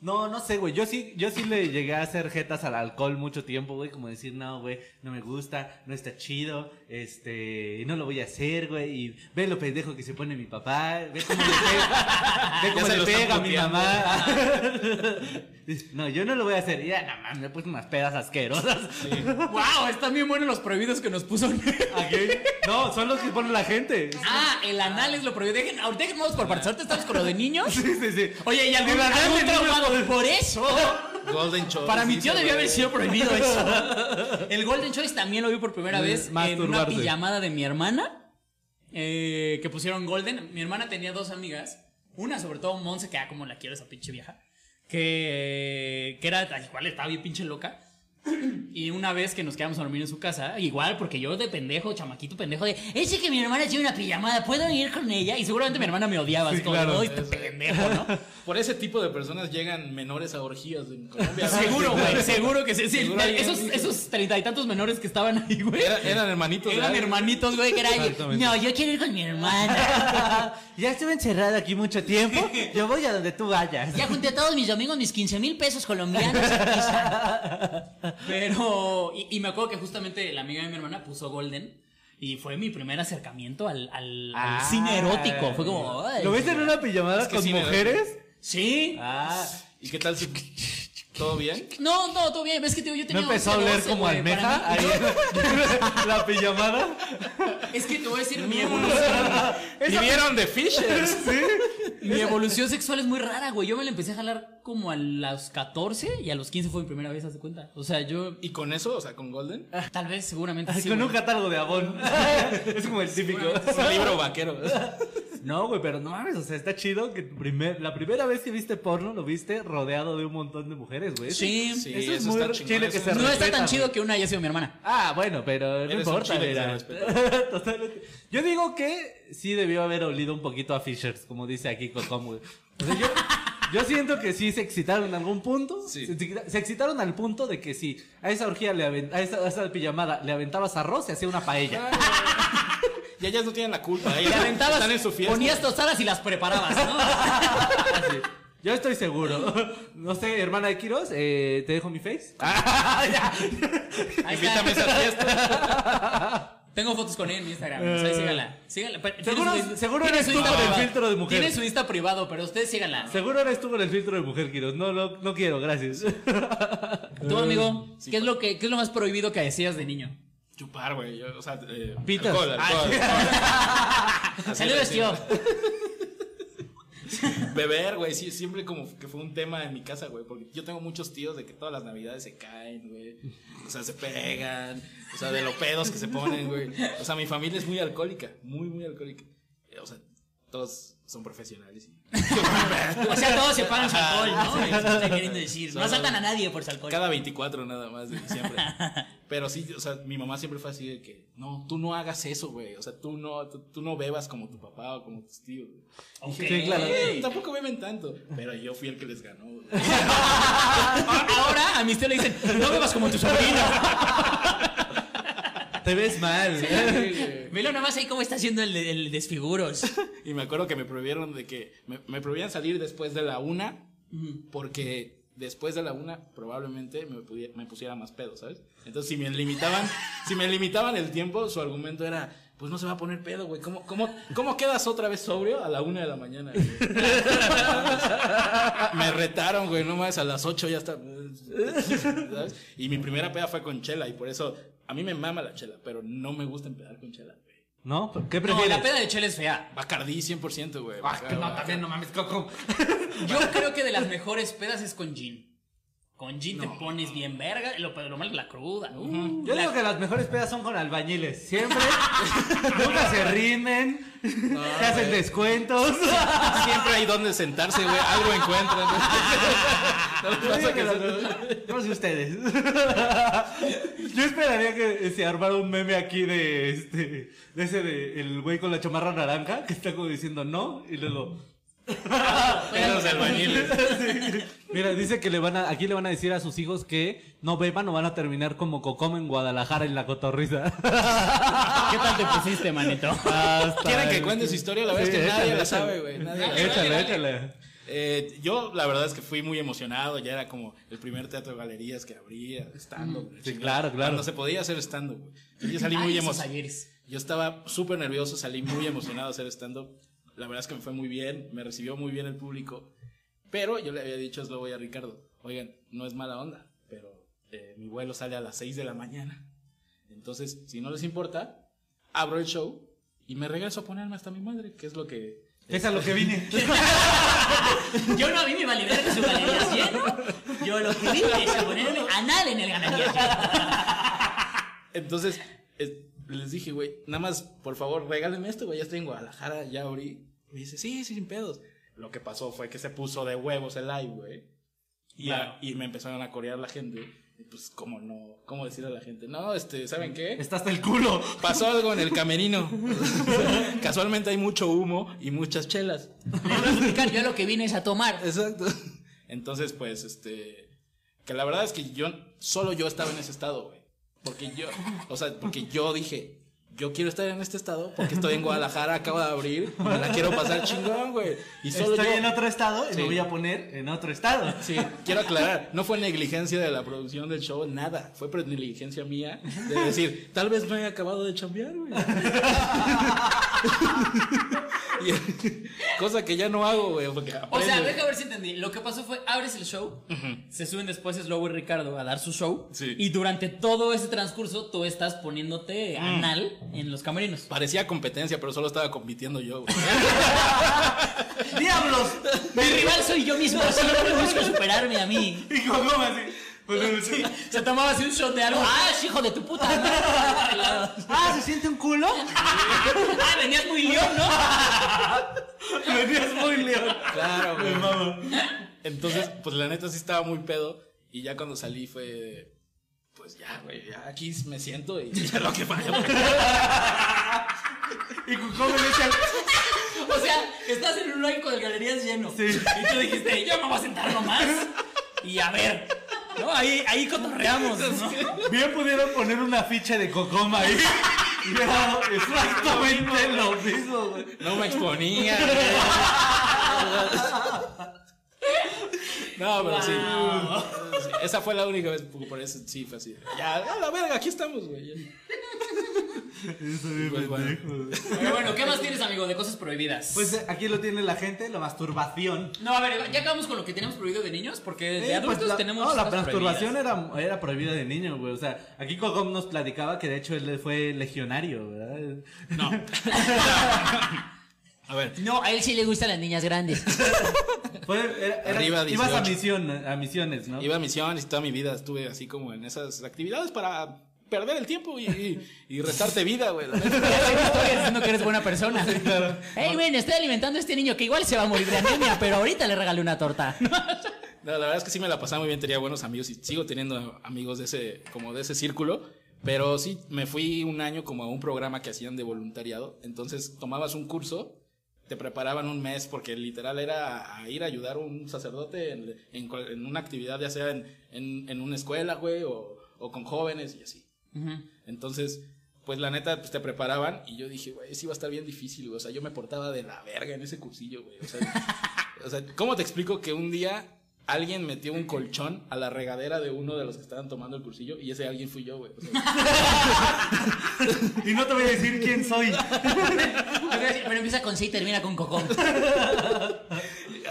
Speaker 5: No, no sé, güey. Yo sí, yo sí le llegué a hacer jetas al alcohol mucho tiempo, güey. Como decir, no, güey, no me gusta, no está chido, este, no lo voy a hacer, güey. Y ve lo pendejo que se pone mi papá, ve cómo le pega, ve cómo
Speaker 4: se
Speaker 5: le
Speaker 4: lo están
Speaker 5: pega a mi
Speaker 4: puteando.
Speaker 5: mamá. no, yo no lo voy a hacer. Y ya, no mames, me puse unas pedas asquerosas.
Speaker 6: ¡Wow! Están bien buenos los prohibidos que nos puso.
Speaker 5: ¿A qué? No, son los que pone la gente.
Speaker 6: ah, el anal es lo prohibido. Dejen, ahorita que vamos por partes. Ahorita estamos con lo de niños.
Speaker 5: Sí, sí, sí.
Speaker 6: Oye, y algún,
Speaker 5: El anal
Speaker 6: algún
Speaker 5: de niños
Speaker 6: traumado por eso.
Speaker 4: Golden Choice.
Speaker 6: Para mi
Speaker 4: dice,
Speaker 6: tío debió
Speaker 4: güey.
Speaker 6: haber sido prohibido eso. El Golden Choice también lo vi por primera
Speaker 5: Mm,
Speaker 6: vez en una
Speaker 5: masturbarse.
Speaker 6: pijamada de mi hermana. eh, que pusieron Golden. Mi hermana tenía dos amigas. Una, sobre todo Monse, que ah, como la quiero esa pinche vieja. Que, que era tal igual, estaba bien pinche loca. Y una vez que nos quedamos a dormir en su casa, igual, porque yo de pendejo, chamaquito pendejo, de ese que mi hermana tiene una pijamada, ¿puedo ir con ella? Y seguramente mi hermana me odiaba, así como,
Speaker 5: claro.
Speaker 6: "Ay, este pendejo, ¿no?
Speaker 4: Por ese tipo de personas llegan menores a orgías en Colombia.
Speaker 6: Seguro, güey, seguro que sí. sí,
Speaker 4: Seguro alguien
Speaker 6: esos,
Speaker 4: dijo.
Speaker 6: esos treinta y tantos menores que estaban ahí, güey.
Speaker 4: Era- eran hermanitos.
Speaker 6: eran
Speaker 4: ¿verdad?
Speaker 6: hermanitos, güey, que era
Speaker 5: Exactamente.
Speaker 6: No, yo quiero ir con mi hermana.
Speaker 5: Ya estuve encerrado aquí mucho tiempo. Yo voy a donde tú vayas.
Speaker 6: Ya junté todos mis domingos mis 15 mil pesos colombianos. Pero, y, y me acuerdo que justamente la amiga de mi hermana puso Golden. Y fue mi primer acercamiento al, al- al
Speaker 5: Ah.
Speaker 6: cine erótico. Fue como. ay.
Speaker 5: ¿Lo ves en una pijamada
Speaker 4: que
Speaker 5: con
Speaker 4: sí me da-
Speaker 5: mujeres?
Speaker 6: Sí.
Speaker 5: Ah,
Speaker 4: ¿Y qué tal si... ¿Todo bien?
Speaker 6: No, no, todo bien. Ves que tío, yo
Speaker 5: ¿no
Speaker 6: tenía.
Speaker 5: empezó a
Speaker 6: 11,
Speaker 5: oler
Speaker 6: 12,
Speaker 5: como
Speaker 6: güey, para
Speaker 5: almeja?
Speaker 6: mí-
Speaker 5: Ahí en la pijamada.
Speaker 6: es que te voy a decir mi evolución.
Speaker 4: Vivieron de Fishers.
Speaker 6: Mi evolución sexual es muy rara, güey. Yo me la empecé a jalar como a los 14 y a los 15 fue mi primera vez, haz de cuenta. O sea, yo
Speaker 4: ¿Y con eso? O sea, con Golden.
Speaker 6: tal vez seguramente sí.
Speaker 5: con
Speaker 6: güey.
Speaker 5: un catálogo de abón. es como el típico.
Speaker 4: Es un libro vaquero.
Speaker 5: No, güey, pero no mames, o sea, está chido que tu primer- la primera vez que viste porno lo viste rodeado de un montón de mujeres, güey.
Speaker 6: Sí.
Speaker 4: Sí,
Speaker 5: Eso es
Speaker 4: eso
Speaker 5: muy
Speaker 4: está
Speaker 5: chile
Speaker 4: chingón,
Speaker 5: que
Speaker 4: eso
Speaker 5: se
Speaker 4: es-
Speaker 6: No está
Speaker 5: respeta,
Speaker 6: tan chido
Speaker 5: güey.
Speaker 6: que una haya sido mi hermana.
Speaker 5: Ah, bueno, pero no
Speaker 4: Eres un
Speaker 5: importa.
Speaker 4: chile que
Speaker 5: mira.
Speaker 4: se
Speaker 5: Total- Yo digo que sí debió haber olido un poquito a Fishers, como dice aquí Cocom, güey. O sea, yo, yo siento que sí se excitaron en algún punto.
Speaker 4: Sí.
Speaker 5: Se, excita- se excitaron al punto de que si a esa orgía, le aven- a, esa, a esa pijamada, le aventabas arroz, se hacía una paella.
Speaker 4: Y ellas no tienen la culpa.
Speaker 6: Te
Speaker 4: Ellas
Speaker 6: aventabas,
Speaker 4: están en su fiesta.
Speaker 6: ponías tostadas y las preparabas, ¿no?
Speaker 5: Así. Yo estoy seguro. No sé, hermana de Quiroz, eh,
Speaker 4: Ah,
Speaker 5: te dejo mi face.
Speaker 6: Ahí está.
Speaker 4: Invítame a esa fiesta.
Speaker 6: Tengo fotos con él en mi Instagram. o sea, síganla. síganla. Pero tiene
Speaker 5: Seguro-
Speaker 6: su-
Speaker 5: seguro
Speaker 6: tiene
Speaker 5: eres
Speaker 6: su
Speaker 5: tú
Speaker 6: Insta
Speaker 5: con el
Speaker 6: privado.
Speaker 5: filtro de mujer.
Speaker 6: Tiene su Insta privado, pero ustedes síganla.
Speaker 5: Seguro eres tú con el filtro de mujer, Kiros. No, no, no quiero, gracias.
Speaker 6: Tú, amigo,
Speaker 4: sí,
Speaker 6: ¿qué, es lo que, ¿qué es lo más prohibido que decías de niño?
Speaker 4: Chupar, güey. yo, O sea, eh,
Speaker 5: Pitas.
Speaker 4: alcohol,
Speaker 6: Ah,
Speaker 4: alcohol,
Speaker 6: Salió vestido.
Speaker 4: Beber, güey, sí, siempre como que fue un tema en mi casa, güey, porque yo tengo muchos tíos de que todas las navidades se caen, güey, o sea, se pegan, o sea, de los pedos que se ponen, güey, o sea, mi familia es muy alcohólica, muy, muy alcohólica, Eh, o sea, todos son profesionales y
Speaker 6: O sea, todos se pagan su alcohol, ¿no?
Speaker 4: Sí, sí,
Speaker 6: Eso
Speaker 4: sí.
Speaker 6: está queriendo decir. No
Speaker 4: Solo-
Speaker 6: saltan a nadie por su alcohol.
Speaker 4: cada 24 nada más de diciembre, pero sí, o sea, mi mamá siempre fue así de que, no, tú no hagas eso, güey, o sea, tú no, tú, tú no bebas como tu papá o como tus tíos, güey.
Speaker 6: Ok.
Speaker 5: Sí, claro.
Speaker 4: Eh, tampoco beben tanto, pero yo fui el que les ganó, güey.
Speaker 6: Ahora a mis tíos le dicen, no bebas como tu sobrino.
Speaker 5: Te ves mal.
Speaker 6: Velo nada más ahí cómo está haciendo el, el desfiguros.
Speaker 4: Y me acuerdo que me prohibieron de que me, me prohibían salir después de la una porque después de la una probablemente me, pudie- me pusiera más pedo, ¿sabes? Entonces si me limitaban, si me limitaban el tiempo, su argumento era, pues no se va a poner pedo, güey. ¿Cómo, cómo, cómo quedas otra vez sobrio a la una de la mañana? güey?" me retaron, güey, no más a las ocho ya está. ¿sabes? Y mi primera peda fue con chela y por eso a mí me mama la chela, pero no me gusta empedar con chela, güey.
Speaker 5: ¿No? ¿Qué
Speaker 6: No,
Speaker 5: prefieres?
Speaker 6: la peda de chela es fea.
Speaker 4: Bacardí 100%, güey.
Speaker 2: Ah, que no,
Speaker 4: Bacardí.
Speaker 2: también no mames, Coco.
Speaker 6: Yo creo que de las mejores pedas es con gin. Con gin te pones bien verga. Lo, lo malo es la cruda. Uh,
Speaker 5: Yo
Speaker 6: la-
Speaker 5: digo que las mejores pedas son con albañiles. Siempre. nunca se rinden. te hacen descuentos.
Speaker 4: Siempre hay donde sentarse, güey. Algo encuentran.
Speaker 5: Yo digo que las- No sé ustedes. Yo esperaría que se armara un meme aquí de este. De ese de el güey con la chamarra naranja que está como diciendo no y luego.
Speaker 6: Pero-
Speaker 4: Los albañiles.
Speaker 5: Mira, dice que le van a, aquí le van a decir a sus hijos que no beban o van a terminar como Cocom en Guadalajara en la cotorriza.
Speaker 6: ¿Qué tal te pusiste, manito?
Speaker 5: Hasta
Speaker 4: Quieren que
Speaker 5: el-
Speaker 4: cuente su historia, la verdad
Speaker 5: Ah, Sí,
Speaker 4: es que nadie
Speaker 5: échale,
Speaker 4: la
Speaker 5: échale.
Speaker 4: sabe, güey. Nadie la-
Speaker 6: Dale,
Speaker 5: Échale,
Speaker 6: dale,
Speaker 5: échale.
Speaker 4: Eh, yo, la verdad es que fui muy emocionado. Ya era como el primer teatro de galerías que abría, stand-up. la
Speaker 5: Mm. Sí,
Speaker 4: chingada.
Speaker 5: claro, claro.
Speaker 4: Cuando se podía hacer stand-up, güey. Entonces, Yo salí muy
Speaker 6: Ay, esos
Speaker 4: emocionado.
Speaker 6: ayeres.
Speaker 4: Yo estaba súper nervioso, salí muy emocionado a hacer stand-up. La verdad es que me fue muy bien, me recibió muy bien el público. Pero yo le había dicho a Slobo y a Ricardo, oigan, no es mala onda, pero eh, mi vuelo sale a las 6 de la mañana. Entonces, si no les importa, abro el show y me regreso a ponerme hasta mi madre, que es lo que...
Speaker 5: Es a lo que vine.
Speaker 6: Yo no vi mi validez de su galerías lleno. Yo lo que vi es ponerle anal en el galerías.
Speaker 4: Entonces, eh, les dije, güey, nada más, por favor, regálenme esto, güey, ya estoy en Guadalajara, ya abrí. Me dice, sí, sí, sin pedos. Lo que pasó fue que se puso de huevos el live, güey. Y, a-
Speaker 6: Claro.
Speaker 4: y me empezaron a corear la gente. Y pues, ¿cómo no? ¿Cómo decirle a la gente? No, este, ¿saben qué?
Speaker 5: Está hasta el culo.
Speaker 4: Pasó algo en el camerino. Casualmente hay mucho humo y muchas chelas.
Speaker 6: Yo lo que vine es a tomar.
Speaker 4: Exacto. Entonces, pues, este. Que la verdad es que yo. Solo yo estaba en ese estado, güey. Porque yo. O sea, porque yo dije. Yo quiero estar en este estado porque estoy en Guadalajara, acabo de abrir, me la quiero pasar chingón, güey. Y solo
Speaker 5: Estoy
Speaker 4: yo.
Speaker 5: en otro estado y
Speaker 4: Sí.
Speaker 5: me voy a poner en otro estado.
Speaker 4: Sí, quiero aclarar, no fue negligencia de la producción del show, nada. Fue negligencia mía de decir, tal vez no he acabado de chambear, güey. Y- cosa que ya no hago, güey. porque
Speaker 6: O sea,
Speaker 4: aprendo.
Speaker 6: deja ver si entendí. Lo que pasó fue, abres el show, se suben después Slow y Ricardo a dar su show.
Speaker 4: Sí.
Speaker 6: Y durante todo ese transcurso, tú estás poniéndote anal en los camerinos.
Speaker 4: Parecía competencia, pero solo estaba compitiendo yo, güey.
Speaker 5: ¡Diablos!
Speaker 6: Mi rival soy yo mismo, siempre busco superarme a mí.
Speaker 5: Y Cocom así.
Speaker 6: Se tomaba así un shot de algo. Pues, ¡Ah, hijo de tu puta madre!
Speaker 5: Ah, ¿se siente un culo?
Speaker 6: ¡Ah, venías muy león, no!
Speaker 5: Venías muy león.
Speaker 4: Claro,
Speaker 5: Me
Speaker 4: güey.
Speaker 5: mamo.
Speaker 4: Entonces, pues la neta sí estaba muy pedo. Y ya cuando salí fue. de, Pues ya, güey, ya aquí me siento y ya lo que vaya. güey.
Speaker 5: Y Cocom le echa el-
Speaker 6: O sea, estás en un line con el galerías lleno.
Speaker 5: Sí.
Speaker 6: Y tú dijiste, yo me voy a sentar nomás. Y a ver. No, ahí, ahí cotorreamos, ¿no?
Speaker 5: Bien pudieron poner una ficha de Cocom ahí. Y era exactamente lo mismo, güey.
Speaker 4: No me exponía. güey. No, pero sí. Esa fue la única vez. Por eso sí fue así. Ya, a la verga, aquí estamos, güey.
Speaker 5: Eso bien
Speaker 4: Pues, bueno.
Speaker 5: pendejo. güey.
Speaker 6: Pero bueno, ¿qué más tienes, amigo, de cosas prohibidas?
Speaker 5: Pues eh, aquí lo tiene la gente, la masturbación.
Speaker 6: no, a ver, ya acabamos con lo que tenemos prohibido de niños, porque de
Speaker 5: Eh, pues,
Speaker 6: adultos
Speaker 5: la-
Speaker 6: tenemos.
Speaker 5: No, la
Speaker 6: cosas
Speaker 5: masturbación
Speaker 6: prohibidas.
Speaker 5: era, era prohibida de niño, güey. O sea, aquí Cogom nos platicaba que de hecho él fue legionario, ¿verdad?
Speaker 4: No. A ver,
Speaker 6: No, a él sí le gustan las niñas grandes.
Speaker 5: Fue, era- era-
Speaker 4: Arriba
Speaker 5: ibas a,
Speaker 4: 18.
Speaker 5: misión, a misiones, ¿no?
Speaker 4: iba a misiones y toda mi vida estuve así como en esas actividades para perder el tiempo y, y, y restarte vida, güey. la neta.
Speaker 6: Estoy diciendo que eres buena persona. Hey, men, estoy alimentando a este niño que igual se va a morir de anemia, pero ahorita le regalé una torta.
Speaker 4: No, la verdad es que sí me la pasaba muy bien, tenía buenos amigos y sigo teniendo amigos de ese, como de ese círculo. Pero sí, me fui un año como a un programa que hacían de voluntariado. Entonces tomabas un curso, te preparaban un mes, porque literal era a ir a ayudar a un sacerdote en, en cual- en una actividad, ya sea en, en- en una escuela, güey, o, o con jóvenes y así. Entonces, pues la neta, pues te preparaban y yo dije, güey, sí va a estar bien difícil, güey. O sea, yo me portaba de la verga en ese cursillo, güey. O sea, o sea, ¿cómo te explico que un día alguien metió un colchón a la regadera de uno de los que estaban tomando el cursillo y ese alguien fui yo, güey? O sea,
Speaker 5: Y no te voy a decir quién soy.
Speaker 6: Pero empieza con sí y termina con cocón.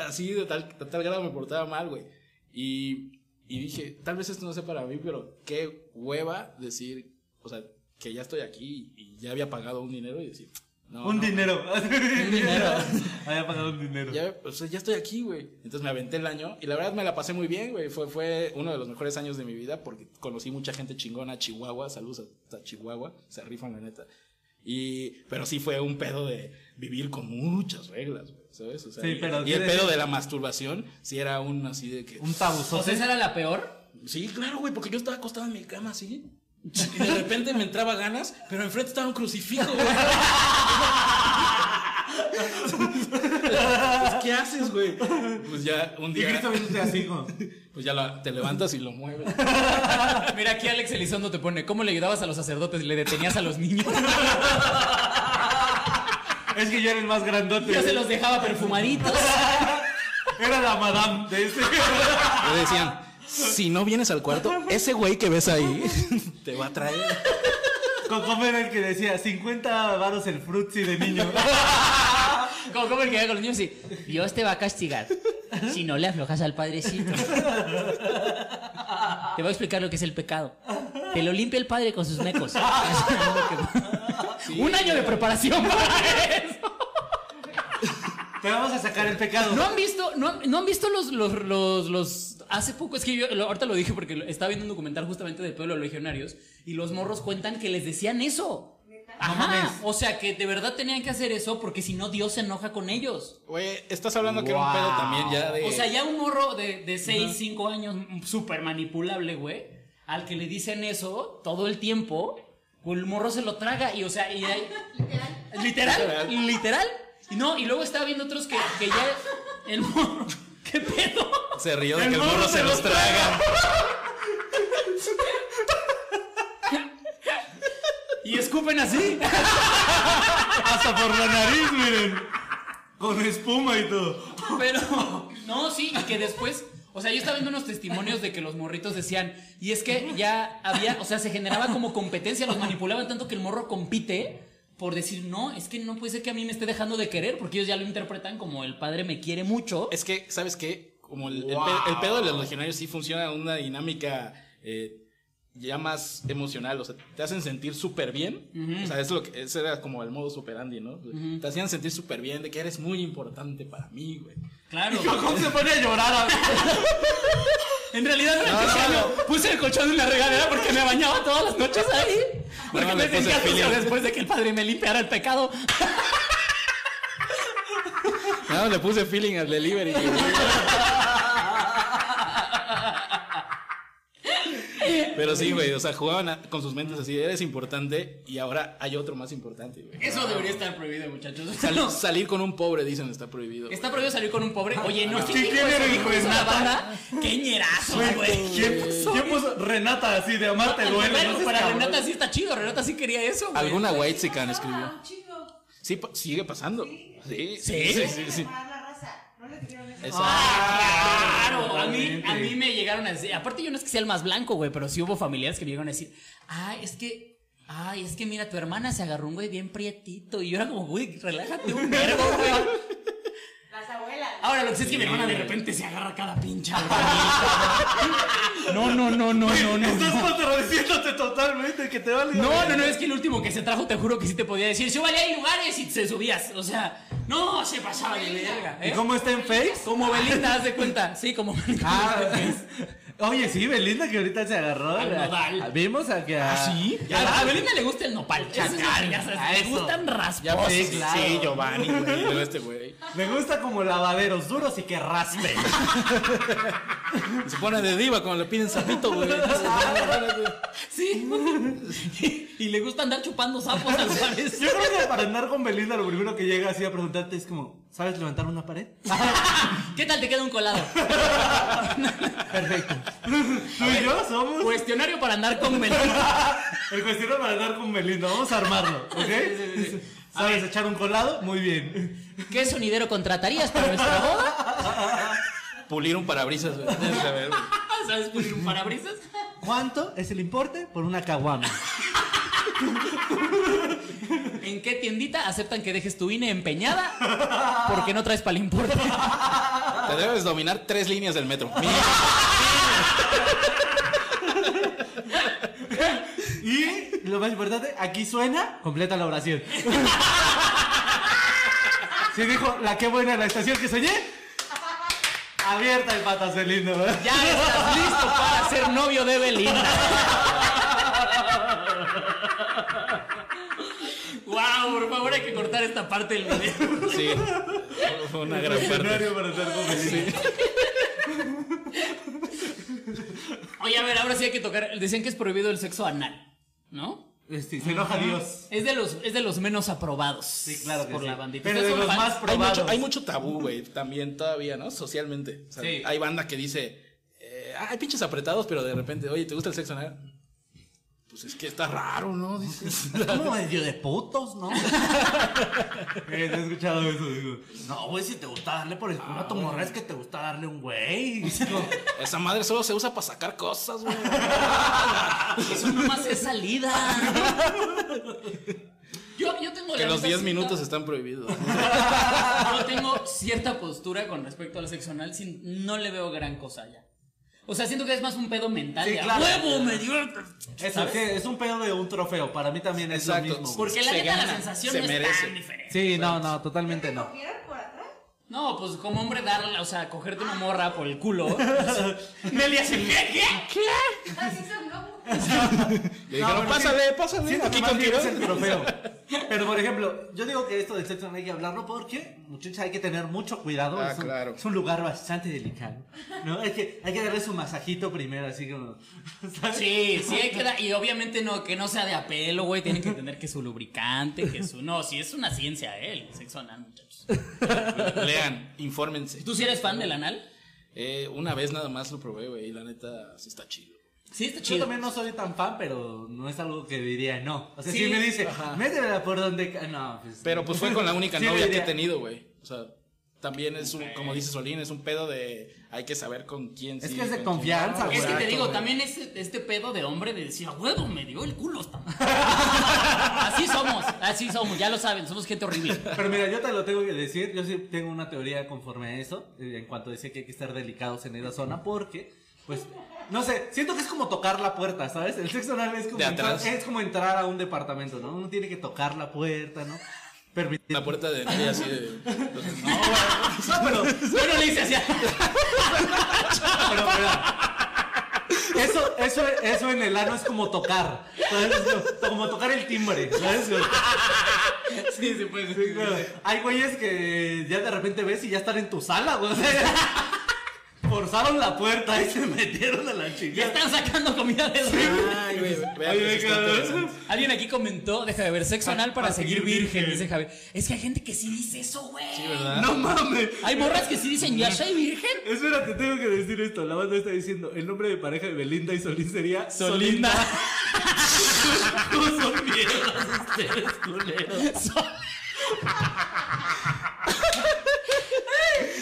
Speaker 4: así de tal, de tal grado me portaba mal, güey. Y, y dije, tal vez esto no sea para mí, pero qué hueva decir, o sea, que ya estoy aquí y ya había pagado un dinero y decir, no.
Speaker 5: un
Speaker 4: no,
Speaker 5: dinero. un dinero. Había pagado un dinero.
Speaker 4: Ya, o sea, ya estoy aquí, güey. Entonces me aventé el año y la verdad me la pasé muy bien, güey. Fue, fue uno de los mejores años de mi vida porque conocí mucha gente chingona, Chihuahua, saludos a, a Chihuahua, se rifan la neta. Y, pero sí fue un pedo de vivir con muchas reglas, güey, ¿sabes? O sea,
Speaker 5: Sí,
Speaker 4: y-
Speaker 5: pero
Speaker 4: y el
Speaker 5: tiene-
Speaker 4: pedo de la masturbación, sí era un así de que...
Speaker 5: Un tabuzote.
Speaker 6: era la peor?
Speaker 4: Sí, claro, güey, porque yo estaba acostado en mi cama así. Y de repente me entraba ganas, pero enfrente estaba un crucifijo, güey. Pues, ¿Qué haces, güey? Pues ya un
Speaker 5: y
Speaker 4: día.
Speaker 5: Cristo viéndote así, como,
Speaker 4: Pues ya la- te levantas y lo mueves.
Speaker 6: Mira, aquí Alex Elizondo te pone, ¿cómo le ayudabas a los sacerdotes? ¿Le detenías a los niños?
Speaker 5: Es que yo era el más grandote.
Speaker 6: Yo se los dejaba perfumaditos.
Speaker 5: Era la madame de ese.
Speaker 4: Le decían, si no vienes al cuarto, ese güey que ves ahí te va a traer.
Speaker 5: Cocom era el que decía 50 varos el frutzi de niño.
Speaker 6: Como como el que llega con los niños y, Dios te va a castigar si no le aflojas al padrecito. Te voy a explicar lo que es el pecado. Te lo limpia el padre con sus mecos. Un año de preparación para eso.
Speaker 5: Te vamos a sacar el pecado.
Speaker 6: ¿No han visto, no han, no han visto los, los, los, los- Hace poco, es que yo lo- ahorita lo dije porque lo- estaba viendo un documental justamente del pueblo de los legionarios y los morros cuentan que les decían eso.
Speaker 5: mames.
Speaker 6: Ajá, o sea que de verdad tenían que hacer eso porque si no Dios se enoja con ellos.
Speaker 4: Güey, estás hablando que era un pedo también ya de.
Speaker 6: O sea, ya un morro de 6, 5 años, m- súper manipulable, güey, al que le dicen eso todo el tiempo, pues el morro se lo traga y, o sea, y ahí- literal, literal,
Speaker 4: Literal.
Speaker 6: Y no, y luego estaba viendo otros que, que ya el morro, ¿qué pedo?
Speaker 4: se rió de que el morro se los traga.
Speaker 6: Y escupen así.
Speaker 5: Hasta por la nariz, miren. Con espuma y todo.
Speaker 6: Pero, no, sí, y que después, o sea, yo estaba viendo unos testimonios de que los morritos decían, y es que ya había, o sea, se generaba como competencia, los manipulaban tanto que el morro compite por decir, no, es que no puede ser que a mí me esté dejando de querer, porque ellos ya lo interpretan como el padre me quiere mucho.
Speaker 4: Es que, ¿sabes qué? Como el, el pe- el pedo de los legionarios sí funciona en una dinámica eh, ya más emocional. O sea, te hacen sentir súper bien. O sea, es lo que, ese era como el modo superandi, ¿no? Te hacían sentir súper bien de que eres muy importante para mí, güey.
Speaker 6: Claro.
Speaker 5: Cocom se pone a llorar. a-
Speaker 6: En realidad durante ese año puse el colchón en la regadera porque me bañaba todas las noches ahí. Porque
Speaker 4: No,
Speaker 6: me
Speaker 4: le puse
Speaker 6: sentía
Speaker 4: feeling.
Speaker 6: sucio después de que el padre me limpiara el pecado.
Speaker 4: No, le puse feeling al delivery. güey. Pero sí, güey, o sea, jugaban a- con sus mentes así, eres importante y ahora hay otro más importante, güey.
Speaker 6: Eso debería estar prohibido, muchachos.
Speaker 4: Sal- salir con un pobre, dicen, está prohibido. güey.
Speaker 6: Está prohibido salir con un pobre. Oye, no,
Speaker 5: Ah, ¿Quién
Speaker 6: dijo
Speaker 5: era
Speaker 6: eso?
Speaker 5: el
Speaker 6: ¿Dijo
Speaker 5: hijo
Speaker 6: eso
Speaker 5: de
Speaker 6: la
Speaker 5: Nata?
Speaker 6: banda? ¡Qué ñerazo, güey!
Speaker 5: ¿Quién puso, quién puso Renata así de amar te duele?
Speaker 6: Pues, Bueno, pues,
Speaker 5: No seas
Speaker 6: para
Speaker 5: cabrón.
Speaker 6: Renata sí está chido, Renata sí quería eso, güey.
Speaker 4: Alguna white
Speaker 7: Sí pasaba,
Speaker 4: escribió.
Speaker 7: Ah, un chingo.
Speaker 4: Sí, pa- sigue pasando. Sí,
Speaker 6: Sí.
Speaker 4: sí,
Speaker 7: Dejen
Speaker 4: sí,
Speaker 7: de
Speaker 4: sí.
Speaker 7: pagar la raza. No le tuvieron eso.
Speaker 4: Exacto.
Speaker 6: Ah, claro, a mí,
Speaker 5: Totalmente.
Speaker 6: a mí me llegaron a decir, aparte yo no es que sea el más blanco, güey, pero sí hubo familiares que me llegaron a decir, ah, es que Ay, es que mira, tu hermana se agarró un güey bien prietito. Y yo era como, güey, relájate un verbo, güey.
Speaker 7: Las abuelas.
Speaker 6: Ahora lo que sé es que mi hermana de repente se agarra cada pincha. No, no, no, no, no, no.
Speaker 5: Estás contradiciéndote totalmente, que te vale.
Speaker 6: No, no, no, es que el último que se trajo, te juro que sí te podía decir, súbale hay lugares y se subías. O sea, no se pasaba de verga.
Speaker 5: ¿Y
Speaker 6: ¿eh?
Speaker 5: cómo está en Face?
Speaker 6: Como Belinda, haz de cuenta. Sí, como Belinda.
Speaker 5: Ah, oye, sí, Belinda que ahorita se agarró.
Speaker 6: Al
Speaker 5: la-
Speaker 6: nodal.
Speaker 5: Vimos a que.
Speaker 4: ¿Ah, sí?
Speaker 6: A, a Belinda le gusta el nopal. Chacal, ya
Speaker 5: a
Speaker 6: sabes, le
Speaker 5: eso.
Speaker 6: gustan
Speaker 4: Ya
Speaker 6: rasposos.
Speaker 4: pasó.
Speaker 5: sí, claro.
Speaker 4: Sí, Giovanni, güey. Luego este güey.
Speaker 5: Me gusta como lavaderos duros y que raspen.
Speaker 4: Se pone de diva cuando le piden sapito, güey.
Speaker 5: Ah,
Speaker 6: Sí. Y, y le gusta andar chupando sapos al parecer.
Speaker 5: Yo creo que para andar con Belinda, lo primero que llega así a preguntarte es como, ¿sabes levantar una pared?
Speaker 6: ¿Qué tal te queda un colado?
Speaker 5: Perfecto. Tú y yo somos
Speaker 6: Cuestionario para andar con Belinda.
Speaker 5: el cuestionario para andar con Belinda. Vamos a armarlo, ¿ok? ¿Sabes echar un colado? Muy bien.
Speaker 6: ¿Qué sonidero contratarías para nuestra boda?
Speaker 4: Pulir un parabrisas, güey. Tienes que saber, güey.
Speaker 6: ¿Sabes pulir un parabrisas?
Speaker 5: ¿Cuánto es el importe por una caguama?
Speaker 6: ¿En qué tiendita aceptan que dejes tu INE empeñada? Porque no traes para el importe.
Speaker 4: Te debes dominar tres líneas del metro. Mínimo.
Speaker 5: Y lo más importante, aquí suena, completa la oración. Si dijo, la que buena la estación que soñé, abierta el patas de lindo. ¿eh?
Speaker 6: Ya estás listo para ser novio de Belinda. Wow, por favor hay que cortar esta parte del video.
Speaker 4: Sí. Fue una gran parte.
Speaker 5: para estar con Belinda.
Speaker 6: Oye, a ver, ahora sí hay que tocar. Decían que es prohibido el sexo anal, ¿no?
Speaker 5: Este, se enoja Dios.
Speaker 6: Es de los, es de los menos aprobados.
Speaker 5: Sí, claro que
Speaker 6: por
Speaker 5: sí.
Speaker 6: la bandita.
Speaker 5: Pero
Speaker 6: Ustedes
Speaker 5: de
Speaker 6: son
Speaker 5: los
Speaker 6: fan-
Speaker 5: más
Speaker 4: Hay
Speaker 5: probados.
Speaker 4: mucho, hay mucho tabú, güey, también todavía, ¿no? Socialmente. O sea,
Speaker 6: Sí.
Speaker 4: Hay banda que dice, eh, ah, hay pinches apretados, pero de repente, oye, ¿te gusta el sexo anal? Pues es que está raro, ¿no? Dices.
Speaker 5: Como medio de putos, ¿no? Eh, no he escuchado eso, digo. No, güey, si te gusta darle por el culo
Speaker 6: Ah,
Speaker 5: a tu morra es que te gusta darle un güey.
Speaker 4: Esa madre solo se usa para sacar cosas, güey.
Speaker 6: Eso nomás es salida. Yo, yo tengo
Speaker 4: que
Speaker 6: la neta
Speaker 4: los 10
Speaker 6: cierta-
Speaker 4: minutos están prohibidos.
Speaker 6: Yo tengo cierta postura con respecto al sexo anal, sin- no le veo gran cosa ya. O sea, siento que es más un pedo mental.
Speaker 5: Sí,
Speaker 6: de, "¡A
Speaker 5: claro".
Speaker 6: huevo, me dio el-".
Speaker 5: Eso,
Speaker 6: ¿Sabes?
Speaker 5: sí, es un pedo de un trofeo. Para mí también es lo
Speaker 4: Exacto.
Speaker 5: mismo. güey.
Speaker 6: Porque la
Speaker 4: Se
Speaker 6: neta la
Speaker 4: gana,
Speaker 6: sensación
Speaker 4: se
Speaker 6: no es
Speaker 4: merece.
Speaker 6: tan diferente.
Speaker 5: Sí, no, no, totalmente
Speaker 7: ¿Te
Speaker 5: no.
Speaker 7: cogieron por atrás?
Speaker 6: No, pues como hombre darle, o sea, cogerte una morra por el culo. Nelly hace ¿qué? ¿Qué? ¿Qué?
Speaker 7: Así Ah, son, ¿no?
Speaker 4: Le dijeron,
Speaker 5: pero
Speaker 4: pásale, pásale.
Speaker 5: Siento que
Speaker 4: Aquí
Speaker 5: más
Speaker 4: con
Speaker 5: bien es el
Speaker 4: Quirón".
Speaker 5: trofeo. Pero por ejemplo, yo digo que esto del sexo no hay que hablarlo porque, muchachos, hay que tener mucho cuidado.
Speaker 4: Ah,
Speaker 5: es, un,
Speaker 4: claro.
Speaker 5: es un lugar bastante delicado. ¿no? Hay, que, hay que darle su masajito primero, así como. ¿sabes?
Speaker 6: Sí, sí hay que dar. Y obviamente no, que no sea de apelo, güey. Tienen que tener que su lubricante, que su. No, sí es una ciencia, eh, el sexo anal, muchachos.
Speaker 4: Lean, infórmense.
Speaker 6: ¿Tú sí eres fan del anal?
Speaker 4: Eh, una vez nada más lo probé, güey, y la neta sí está chido.
Speaker 6: Sí, está
Speaker 5: Yo
Speaker 6: chido.
Speaker 5: también no soy tan fan, pero no es algo que diría no. O sea,
Speaker 6: Sí.
Speaker 5: si me dice, métemela por donde. ca-". No, pues.
Speaker 4: Pero pues fue con la única
Speaker 5: Sí,
Speaker 4: novia que he
Speaker 5: diría.
Speaker 4: tenido, güey. O sea, también es un, como dice Solín, es un pedo de hay que saber con quién
Speaker 5: Es
Speaker 4: sí,
Speaker 5: que es de
Speaker 4: con quién no.
Speaker 5: confianza, güey.
Speaker 6: Es que te
Speaker 4: Exacto,
Speaker 6: digo,
Speaker 4: güey.
Speaker 6: también es este pedo de hombre de decir, a huevo, me dio el culo esta madre". Así somos, así somos, ya lo saben, somos gente horrible.
Speaker 5: Pero mira, yo te lo tengo que decir, yo sí tengo una teoría conforme a eso, eh, en cuanto decía que hay que estar delicados en esa zona, porque, pues, no sé, siento que es como tocar la puerta, ¿sabes? El sexo anal es como,
Speaker 4: De
Speaker 5: entrar,
Speaker 4: atrás.
Speaker 5: es como entrar a un departamento, ¿no? Uno tiene que tocar la puerta, ¿no? Permitir...
Speaker 4: La puerta de Nelly así de. No,
Speaker 5: No, pero,
Speaker 6: Bueno, le hice así.
Speaker 5: pero mira, Eso, eso, eso en el ano es como tocar, ¿sabes? Es Como tocar el timbre, ¿sabes?
Speaker 6: Sí, se
Speaker 4: pues,
Speaker 6: puede.
Speaker 5: Sí, claro. Hay güeyes que ya de repente ves y ya están en tu sala, güey. O sea, forzaron la puerta y se metieron a la
Speaker 6: Ya
Speaker 5: chingada.
Speaker 6: están sacando comida del refri.
Speaker 4: Ay, güey, vea,
Speaker 5: Oye,
Speaker 4: pues,
Speaker 5: ve,
Speaker 4: está
Speaker 5: claro.
Speaker 4: interesante.
Speaker 6: Alguien aquí comentó, deja de ver, sexo anal para
Speaker 5: para
Speaker 6: seguir
Speaker 5: seguir
Speaker 6: virgen,
Speaker 5: virgen.
Speaker 6: dice Javier. Es que hay gente que sí dice eso, güey.
Speaker 4: Sí, ¿verdad?
Speaker 5: No mames.
Speaker 6: Hay morras que sí dicen, ya soy virgen.
Speaker 5: Espérate, tengo que decir esto. La banda está diciendo, el nombre de pareja de Belinda y Solín sería
Speaker 6: Solinda.
Speaker 5: No son mierdas ustedes, culeros.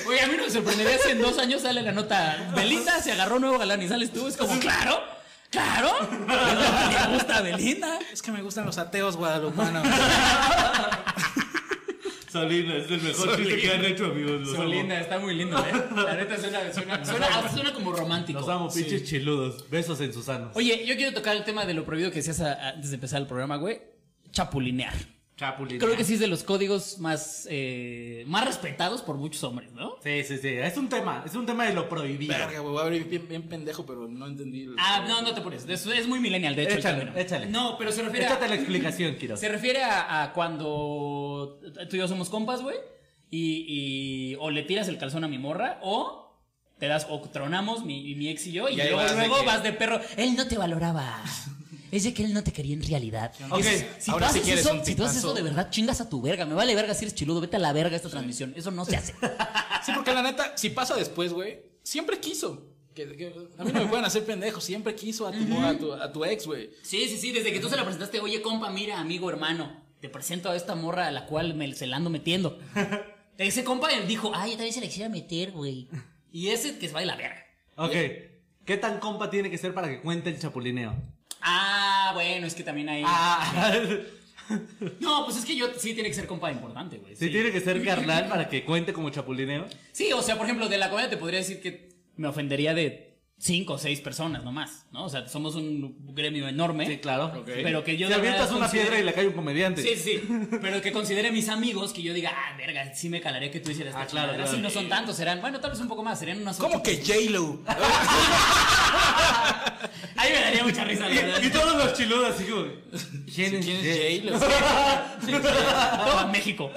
Speaker 6: Oye, a mí no me sorprendería si en dos años sale la nota. Belinda se agarró nuevo galán y sales tú. Es como, claro. Claro, me gusta Belinda.
Speaker 4: Es que me gustan los ateos guadalupanos.
Speaker 5: Solina, es el mejor chiste que han hecho, amigos. Los
Speaker 6: Solina, está muy lindo, ¿eh? La neta suena, suena, suena, suena como romántico.
Speaker 5: amo. Los amo, pinches chiludos. Besos en sus anos.
Speaker 6: Oye, yo quiero tocar el tema de lo prohibido que decías a- antes de empezar el programa, güey. Chapulinear.
Speaker 5: Chapulín.
Speaker 6: Creo que sí es de los códigos más, eh, más respetados por muchos hombres, ¿no?
Speaker 5: Sí, sí, sí. Es un tema. Es un tema de lo prohibido.
Speaker 4: Verga, güey, voy a abrir bien, bien pendejo, pero no entendí. el-
Speaker 6: Ah, no, no te pones. Es, es muy millennial, de hecho. el
Speaker 5: Échale,
Speaker 6: término.
Speaker 5: échale.
Speaker 6: No, pero se refiere
Speaker 5: Échate
Speaker 6: a,
Speaker 5: la explicación, Kiro.
Speaker 6: se refiere a, a cuando tú y yo somos compas, güey. Y, y o le tiras el calzón a mi morra o te das o tronamos mi, mi ex y yo y,
Speaker 3: Y ahí
Speaker 6: luego,
Speaker 3: vas de
Speaker 6: luego
Speaker 3: que-
Speaker 6: vas de perro. Él no te valoraba. Es de que él no te quería en realidad.
Speaker 5: Ok,
Speaker 6: Es- si
Speaker 4: ahora
Speaker 6: tú
Speaker 4: sí
Speaker 6: haces
Speaker 4: quieres
Speaker 6: eso,
Speaker 4: un
Speaker 6: si tú haces eso
Speaker 4: tipazo.
Speaker 6: de verdad, chingas a tu verga. Me vale verga si eres chiludo, vete a la verga esta transmisión. Eso no se hace.
Speaker 4: Sí, porque la neta, si pasa después, güey, siempre quiso. Que, que a mí no me pueden hacer pendejo, siempre quiso a tu, a tu, a tu ex, güey.
Speaker 6: Sí, sí, sí, desde que tú se la presentaste, oye, compa, mira, amigo, hermano, te presento a esta morra a la cual me se la ando metiendo. Ese compa dijo, ay, yo también se la quisiera meter, güey. Y ese que se va de la verga.
Speaker 5: Ok. ¿Qué tan compa tiene que ser para que cuente el chapulineo?
Speaker 6: Ah, bueno, es que también hay.
Speaker 5: Ah,
Speaker 6: No, pues es que yo sí tiene que ser compa importante, güey.
Speaker 5: ¿Sí tiene que ser carnal para que cuente como chapulineo?
Speaker 6: Sí, o sea, por ejemplo, de la comedia te podría decir que me ofendería de cinco o seis personas nomás, ¿no? O sea, somos un gremio enorme.
Speaker 5: Sí, claro.
Speaker 4: Ok.
Speaker 6: Pero que yo
Speaker 5: si
Speaker 6: de
Speaker 5: avientas
Speaker 6: verdad
Speaker 5: una
Speaker 6: considere-
Speaker 5: piedra y le cae un comediante.
Speaker 6: Sí, sí, pero que considere mis amigos que yo diga, ah, verga, sí me calaré que tú hicieras esta
Speaker 5: Ah, claro,
Speaker 6: chingadera".
Speaker 5: claro.
Speaker 6: Si no son tantos, serán, bueno, tal vez un poco más, serían unas
Speaker 4: ¿Cómo
Speaker 6: ocho.
Speaker 4: que J-Lo?
Speaker 6: Ahí me daría mucha risa, la verdad.
Speaker 5: Y, y todos los chiludos así como... ¿Quién es?
Speaker 4: ¿Quién
Speaker 5: Jay?
Speaker 4: es J-Lo?
Speaker 6: Todo México.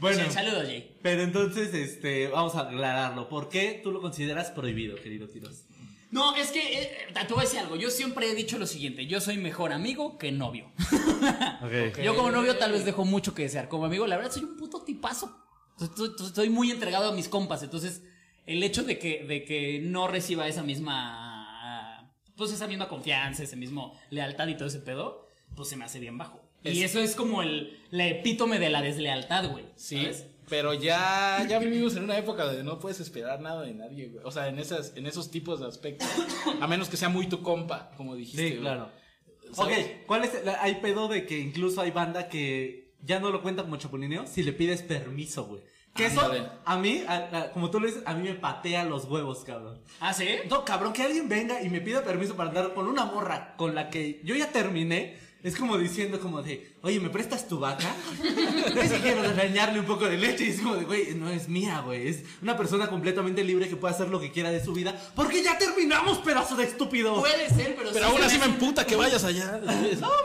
Speaker 5: Bueno,
Speaker 6: Saludos, Jay.
Speaker 5: pero entonces, este, vamos a aclararlo. ¿Por qué tú lo consideras prohibido, querido Tiros?
Speaker 6: No, es que, eh, te voy a decir algo, yo siempre he dicho lo siguiente, yo soy mejor amigo que novio.
Speaker 5: Ok.
Speaker 6: Yo como novio tal vez dejo mucho que desear. Como amigo, la verdad soy un puto tipazo. Estoy, estoy- estoy muy entregado a mis compas. Entonces, el hecho de que, de que no reciba esa misma. Pues esa misma confianza, ese mismo lealtad y todo ese pedo, pues se me hace bien bajo. Y eso es como el la epítome de la deslealtad, güey.
Speaker 4: Sí,
Speaker 6: ¿sabes?
Speaker 4: pero ya, ya vivimos en una época donde no puedes esperar nada de nadie, güey. O sea, en, esas, en esos tipos de aspectos. A menos que sea muy tu compa, como dijiste.
Speaker 5: Sí,
Speaker 4: güey.
Speaker 5: claro.
Speaker 4: ¿Sabes?
Speaker 5: Ok, ¿cuál es? el- hay pedo de que incluso hay banda que ya no lo cuenta como chapulineo si le pides permiso, güey. Que eso,
Speaker 4: Ándale.
Speaker 5: a mí, a- a- como tú lo dices, a mí me patea los huevos, cabrón.
Speaker 6: Ah, sí.
Speaker 5: No, cabrón, que alguien venga y me pida permiso para andar con una morra con la que yo ya terminé. Es como diciendo como de, oye, ¿me prestas tu vaca? es que quiero dañarle un poco de leche. Y es como de, güey, no es mía, güey. Es una persona completamente libre que puede hacer lo que quiera de su vida. Porque ya terminamos, pedazo de estúpido.
Speaker 6: Puede ser, pero, sí
Speaker 4: Pero aún
Speaker 6: se
Speaker 4: así me
Speaker 6: hace-
Speaker 4: emputa que vayas allá.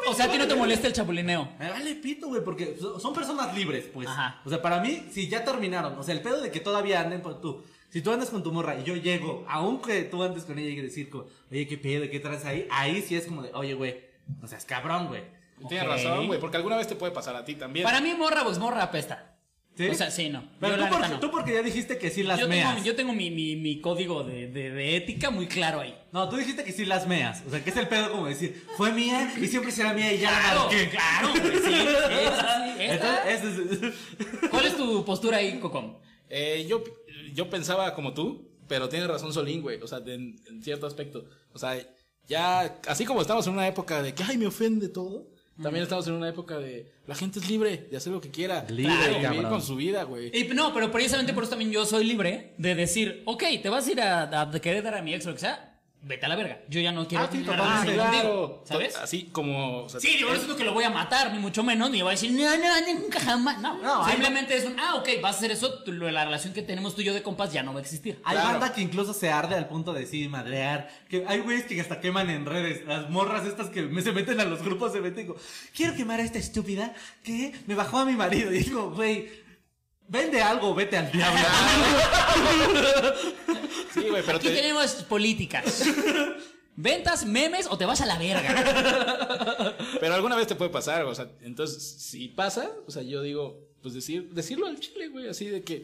Speaker 6: O sea, a ti no te molesta el chapulineo.
Speaker 5: Me vale pito, güey, porque so- son personas libres, pues.
Speaker 6: Ajá.
Speaker 5: O sea, para mí, si ya terminaron, o sea, el pedo de que todavía anden por tú. Si tú andas con tu morra y yo llego, aunque tú andes con ella y decir, como, oye, qué pedo, qué traes ahí, ahí sí es como de, oye, güey, o sea, es cabrón, güey.
Speaker 4: Tienes
Speaker 6: Ok.
Speaker 4: razón, güey, porque alguna vez te puede pasar a ti también.
Speaker 6: Para mí, morra, pues morra apesta.
Speaker 5: ¿Sí?
Speaker 6: O sea, sí, no.
Speaker 5: Pero
Speaker 6: Yo,
Speaker 5: tú,
Speaker 6: la
Speaker 5: porque,
Speaker 6: neta, no.
Speaker 5: tú porque ya dijiste que sí las
Speaker 6: Yo
Speaker 5: meas.
Speaker 6: tengo, yo tengo mi, mi- mi código de, de- de ética muy claro ahí.
Speaker 5: No, tú dijiste que sí las meas. O sea, que es el pedo como decir, fue mía y siempre será mía y ya la
Speaker 6: Claro,
Speaker 5: marqué.
Speaker 6: claro, güey, sí, sí, sí, sí,
Speaker 5: Entonces,
Speaker 6: esta.
Speaker 5: ese es-
Speaker 6: ¿Cuál es tu postura ahí, Cocom?
Speaker 4: Eh, yo, yo pensaba como tú, pero tienes razón Solín, güey. O sea, de- en, en cierto aspecto. O sea, ya, así como estamos en una época de que, ay, me ofende todo, también estamos en una época de la gente es libre de hacer lo que quiera.
Speaker 5: Libre,
Speaker 4: de vivir
Speaker 5: cabrón.
Speaker 4: con su vida, güey.
Speaker 6: Y no, pero precisamente por eso también yo soy libre de decir, ok, te vas a ir a, a querer dar a mi ex o lo que sea, vete a la verga. Yo ya no quiero
Speaker 5: Ah, sí,
Speaker 6: tener
Speaker 5: totalmente,
Speaker 6: relación contigo",
Speaker 4: Claro,
Speaker 6: ¿Sabes?
Speaker 4: Así como. o sea,
Speaker 6: Sí, digo, no es que lo voy a matar, ni mucho menos, ni voy a decir, no, no, no, nunca jamás. No,
Speaker 5: No, hay-
Speaker 6: simplemente es un, ah, ok, vas a hacer eso, tú- la relación que tenemos tú y yo de compas ya no va a existir.
Speaker 5: Hay
Speaker 4: Claro.
Speaker 5: banda que incluso se arde al punto de sí, madrear. Que hay güeyes que hasta queman en redes. Las morras estas que me- se meten a los grupos se meten y digo, quiero quemar a esta estúpida que me bajó a mi marido. Y digo, güey, vende algo, vete al diablo.
Speaker 4: sí, güey, pero
Speaker 6: Aquí
Speaker 4: te-
Speaker 6: tenemos políticas. Ventas, memes o te vas a la verga.
Speaker 4: Pero alguna vez te puede pasar, o sea, entonces, si pasa, o sea, yo digo, pues decir, decirlo al chile, güey, así de que,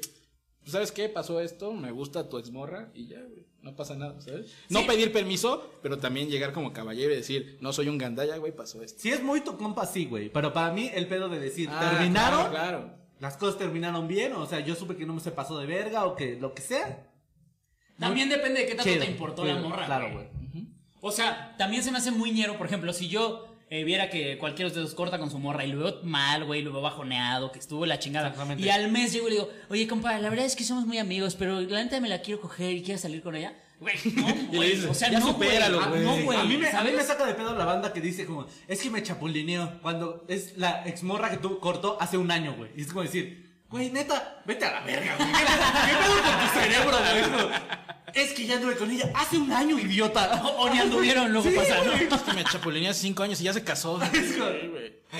Speaker 4: pues, ¿sabes qué? Pasó esto, me gusta tu exmorra y ya, güey, no pasa nada, ¿sabes? No pedir permiso, pero también llegar como caballero y decir, no soy un gandalla, güey, pasó esto.
Speaker 5: Si es muy tu compa, sí, güey. Pero para mí, el pedo de decir,
Speaker 4: Ah,
Speaker 5: terminaron,
Speaker 4: Claro, claro.
Speaker 5: las cosas terminaron bien. O sea, yo supe que no me se pasó de verga o que lo que sea.
Speaker 6: También depende de qué tanto
Speaker 5: Chido,
Speaker 6: te importó
Speaker 5: chido,
Speaker 6: la morra.
Speaker 5: Claro, güey.
Speaker 6: O sea, también se me hace muy ñero, por ejemplo, si yo eh, viera que cualquiera de ustedes corta con su morra y lo veo mal, güey, lo veo bajoneado, que estuvo la chingada.
Speaker 5: Exactamente.
Speaker 6: Y al mes llego y le digo, oye, compa, la verdad es que somos muy amigos, pero la neta me la quiero coger y quiero salir con ella. Güey, no, güey. O sea,
Speaker 1: ya
Speaker 6: no, güey.
Speaker 1: supéralo,
Speaker 6: Ah,
Speaker 1: güey.
Speaker 6: No, güey.
Speaker 5: a, mí me, a mí
Speaker 6: ¿sabes?
Speaker 5: me saca de pedo la banda que dice como, es que me chapulineo cuando es la exmorra que tú cortó hace un año, güey. Y es como decir, güey, neta, vete a la verga, güey. ¿Qué pedo con tu cerebro, güey? Como, Es que ya anduve con ella hace un año, idiota.
Speaker 6: O ni anduvieron, luego
Speaker 5: Sí,
Speaker 6: pasa, ¿no?
Speaker 1: Es que me chapulineé hace cinco años y ya se casó.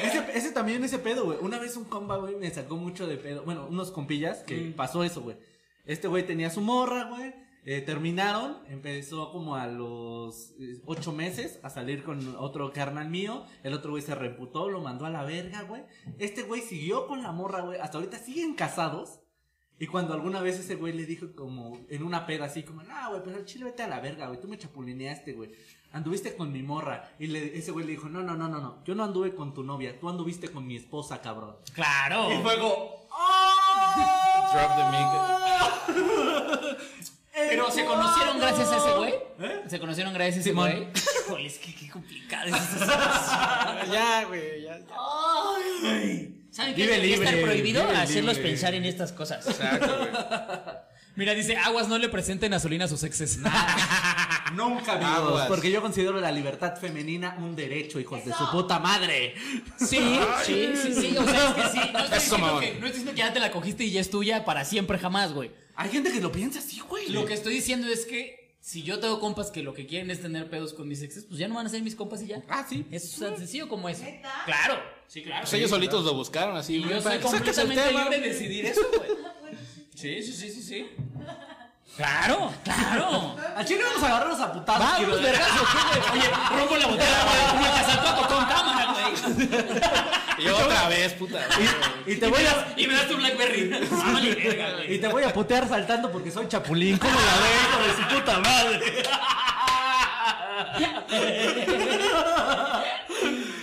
Speaker 5: Ese, ese también, ese pedo, güey. Una vez un compa, güey, me sacó mucho de pedo. Bueno, unos compillas que pasó eso, güey. Este güey tenía su morra, güey. eh, terminaron, empezó como a los eh, ocho meses a salir con otro carnal mío. El otro güey se reputó, lo mandó a la verga, güey. Este güey siguió con la morra, güey. Hasta ahorita siguen casados. Y cuando alguna vez ese güey le dijo como en una peda así como, no, güey, pero el chile vete a la verga, güey, tú me chapulineaste, güey. Anduviste con mi morra. Y le- ese güey le dijo, no, no, no, no, no, yo no anduve con tu novia, tú anduviste con mi esposa, cabrón.
Speaker 6: Claro.
Speaker 5: Y fuego, ¡Oh!
Speaker 1: Drop the
Speaker 6: Ah,
Speaker 1: mic.
Speaker 6: Pero se conocieron gracias a ese güey. Se conocieron gracias a ese
Speaker 5: ¿Eh? Simón.
Speaker 6: güey. Híjole, es que qué complicado es eso.
Speaker 8: Ya, güey, ya.
Speaker 6: ¿Saben qué?
Speaker 5: Vive
Speaker 6: Debería estar
Speaker 5: libre,
Speaker 6: prohibido
Speaker 5: vive
Speaker 6: hacerlos
Speaker 5: libre.
Speaker 6: pensar en estas cosas.
Speaker 1: Exacto, güey.
Speaker 6: Mira, dice, aguas no le presenten gasolina a sus exes.
Speaker 5: Nunca amigos,
Speaker 1: Aguas.
Speaker 5: porque yo considero la libertad femenina un derecho, hijos de su
Speaker 7: Eso.
Speaker 5: puta madre.
Speaker 6: Sí, sí, sí, sí. O sea, es que sí. No estoy,
Speaker 1: Eso,
Speaker 6: diciendo
Speaker 1: mamón.
Speaker 6: que, no estoy diciendo que ya te la cogiste y ya es tuya para siempre jamás, güey.
Speaker 5: Hay gente que lo piensa así, güey.
Speaker 6: Lo que estoy diciendo es que si yo tengo compas que lo que quieren es tener pedos con mis exes, pues ya no van a ser mis compas y ya.
Speaker 5: Ah, sí.
Speaker 6: Es tan sencillo como eso.
Speaker 7: ¿Neta?
Speaker 6: Claro. Sí, claro.
Speaker 1: Pues ellos solitos lo buscaron así,
Speaker 6: Y
Speaker 1: güey.
Speaker 6: yo soy
Speaker 1: ¿Para qué sacas el
Speaker 6: completamente
Speaker 1: tema?
Speaker 6: libre de decidir eso, güey. Sí, sí, sí, sí, sí. Claro, claro.
Speaker 5: Al chile vamos a agarrarnos a putadas.
Speaker 6: Vamos,
Speaker 5: quiero-
Speaker 6: vergazo, ¿qué, güey? Oye, rompo la botella, güey. Me casatoco con cámara, güey.
Speaker 1: Y yo otra vez, puta. güey.
Speaker 5: Y te voy a...
Speaker 9: Y me das tu Blackberry. Ah, vale, verga, güey.
Speaker 5: Y te voy a putear saltando porque soy chapulín. ¿Cómo la ve, hijo de su puta madre?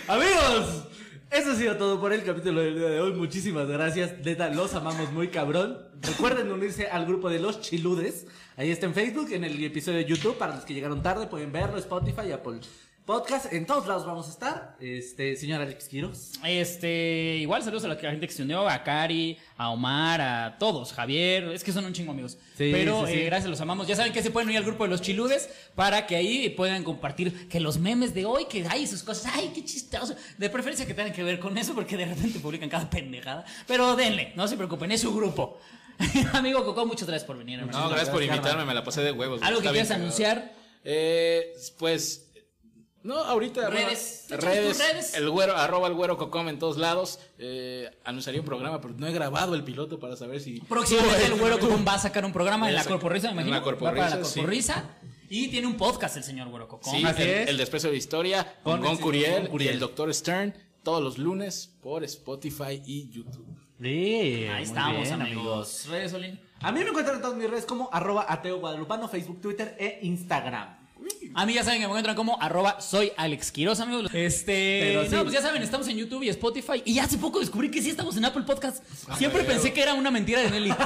Speaker 5: Amigos, eso ha sido todo por el capítulo del día de hoy. Muchísimas gracias. Neta, los amamos muy cabrón. Recuerden unirse al grupo de los chiludes. Ahí está en Facebook, en el episodio de YouTube. Para los que llegaron tarde, pueden verlo. Spotify, Apple Podcast. En todos lados vamos a estar. Este, señor Alex Quiroz.
Speaker 6: Este, igual saludos a la gente que se unió, a Cari, a Omar, a todos, Javier, es que son un chingo amigos.
Speaker 5: Sí,
Speaker 6: Pero
Speaker 5: sí, sí.
Speaker 6: eh, gracias, los amamos. Ya saben que se pueden unir al grupo de los chiludes para que ahí puedan compartir que los memes de hoy, que hay sus cosas, ay, qué chistoso. De preferencia que tengan que ver con eso porque de repente publican cada pendejada. Pero denle, no se preocupen, es su grupo. Amigo Coco, muchas gracias por venir. hermano.
Speaker 1: No, gracias por invitarme, me la pasé de huevos. güey.
Speaker 6: Algo que
Speaker 1: Está bien
Speaker 6: quieras
Speaker 1: cagado.
Speaker 6: anunciar.
Speaker 1: Eh, pues. No, ahorita. bueno,
Speaker 6: Redes. ¿Tú tienes
Speaker 1: redes.
Speaker 6: tus redes?
Speaker 1: El güero, arroba el güero cocom en todos lados. Eh, anunciaría un programa, pero no he grabado el piloto para saber si.
Speaker 6: Próximamente
Speaker 1: Sube.
Speaker 6: el güero Cocón va a sacar un programa en la
Speaker 1: Eso.
Speaker 6: Corporrisa, me
Speaker 1: En
Speaker 6: imagino.
Speaker 1: la
Speaker 6: Va para la
Speaker 1: Corporrisa, sí.
Speaker 6: Corporrisa. Y tiene un podcast el señor güero Cocón.
Speaker 1: Sí,
Speaker 5: Así
Speaker 1: el,
Speaker 5: es.
Speaker 1: el desprecio de historia
Speaker 5: Con el
Speaker 1: con, Gon
Speaker 5: señor Gon
Speaker 1: Curiel,
Speaker 5: Curiel.
Speaker 1: y el doctor Stern todos los lunes por Spotify y YouTube.
Speaker 6: Ahí estamos, amigos. Redes, Solín.
Speaker 5: A mí me encuentran en todas mis redes como arroba ateo guadalupano, Facebook, Twitter e Instagram.
Speaker 6: A mí ya saben que me encuentran como arroba soy Alex Quiroz, amigos. Este.
Speaker 5: Pero sí.
Speaker 6: No, pues ya saben, estamos en YouTube y Spotify. Y hace poco descubrí que sí estamos en Apple Podcast. Siempre pensé que era una mentira de Nelly.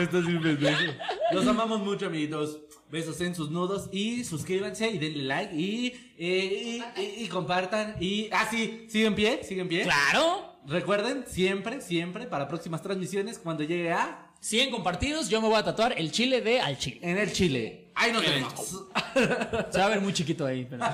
Speaker 5: Esto simplemente. Los amamos mucho, amiguitos. Besos en sus nudos y suscríbanse y denle like y, eh, y, y- y compartan. Y. Ah, sí, siguen pie, siguen pie.
Speaker 6: claro.
Speaker 5: Recuerden, siempre, siempre, para próximas transmisiones, cuando llegue a
Speaker 6: 100 compartidos, yo me voy a tatuar el chile de al chile.
Speaker 5: En el Chile. Ahí nos vemos.
Speaker 6: Se va a ver muy chiquito ahí, pero.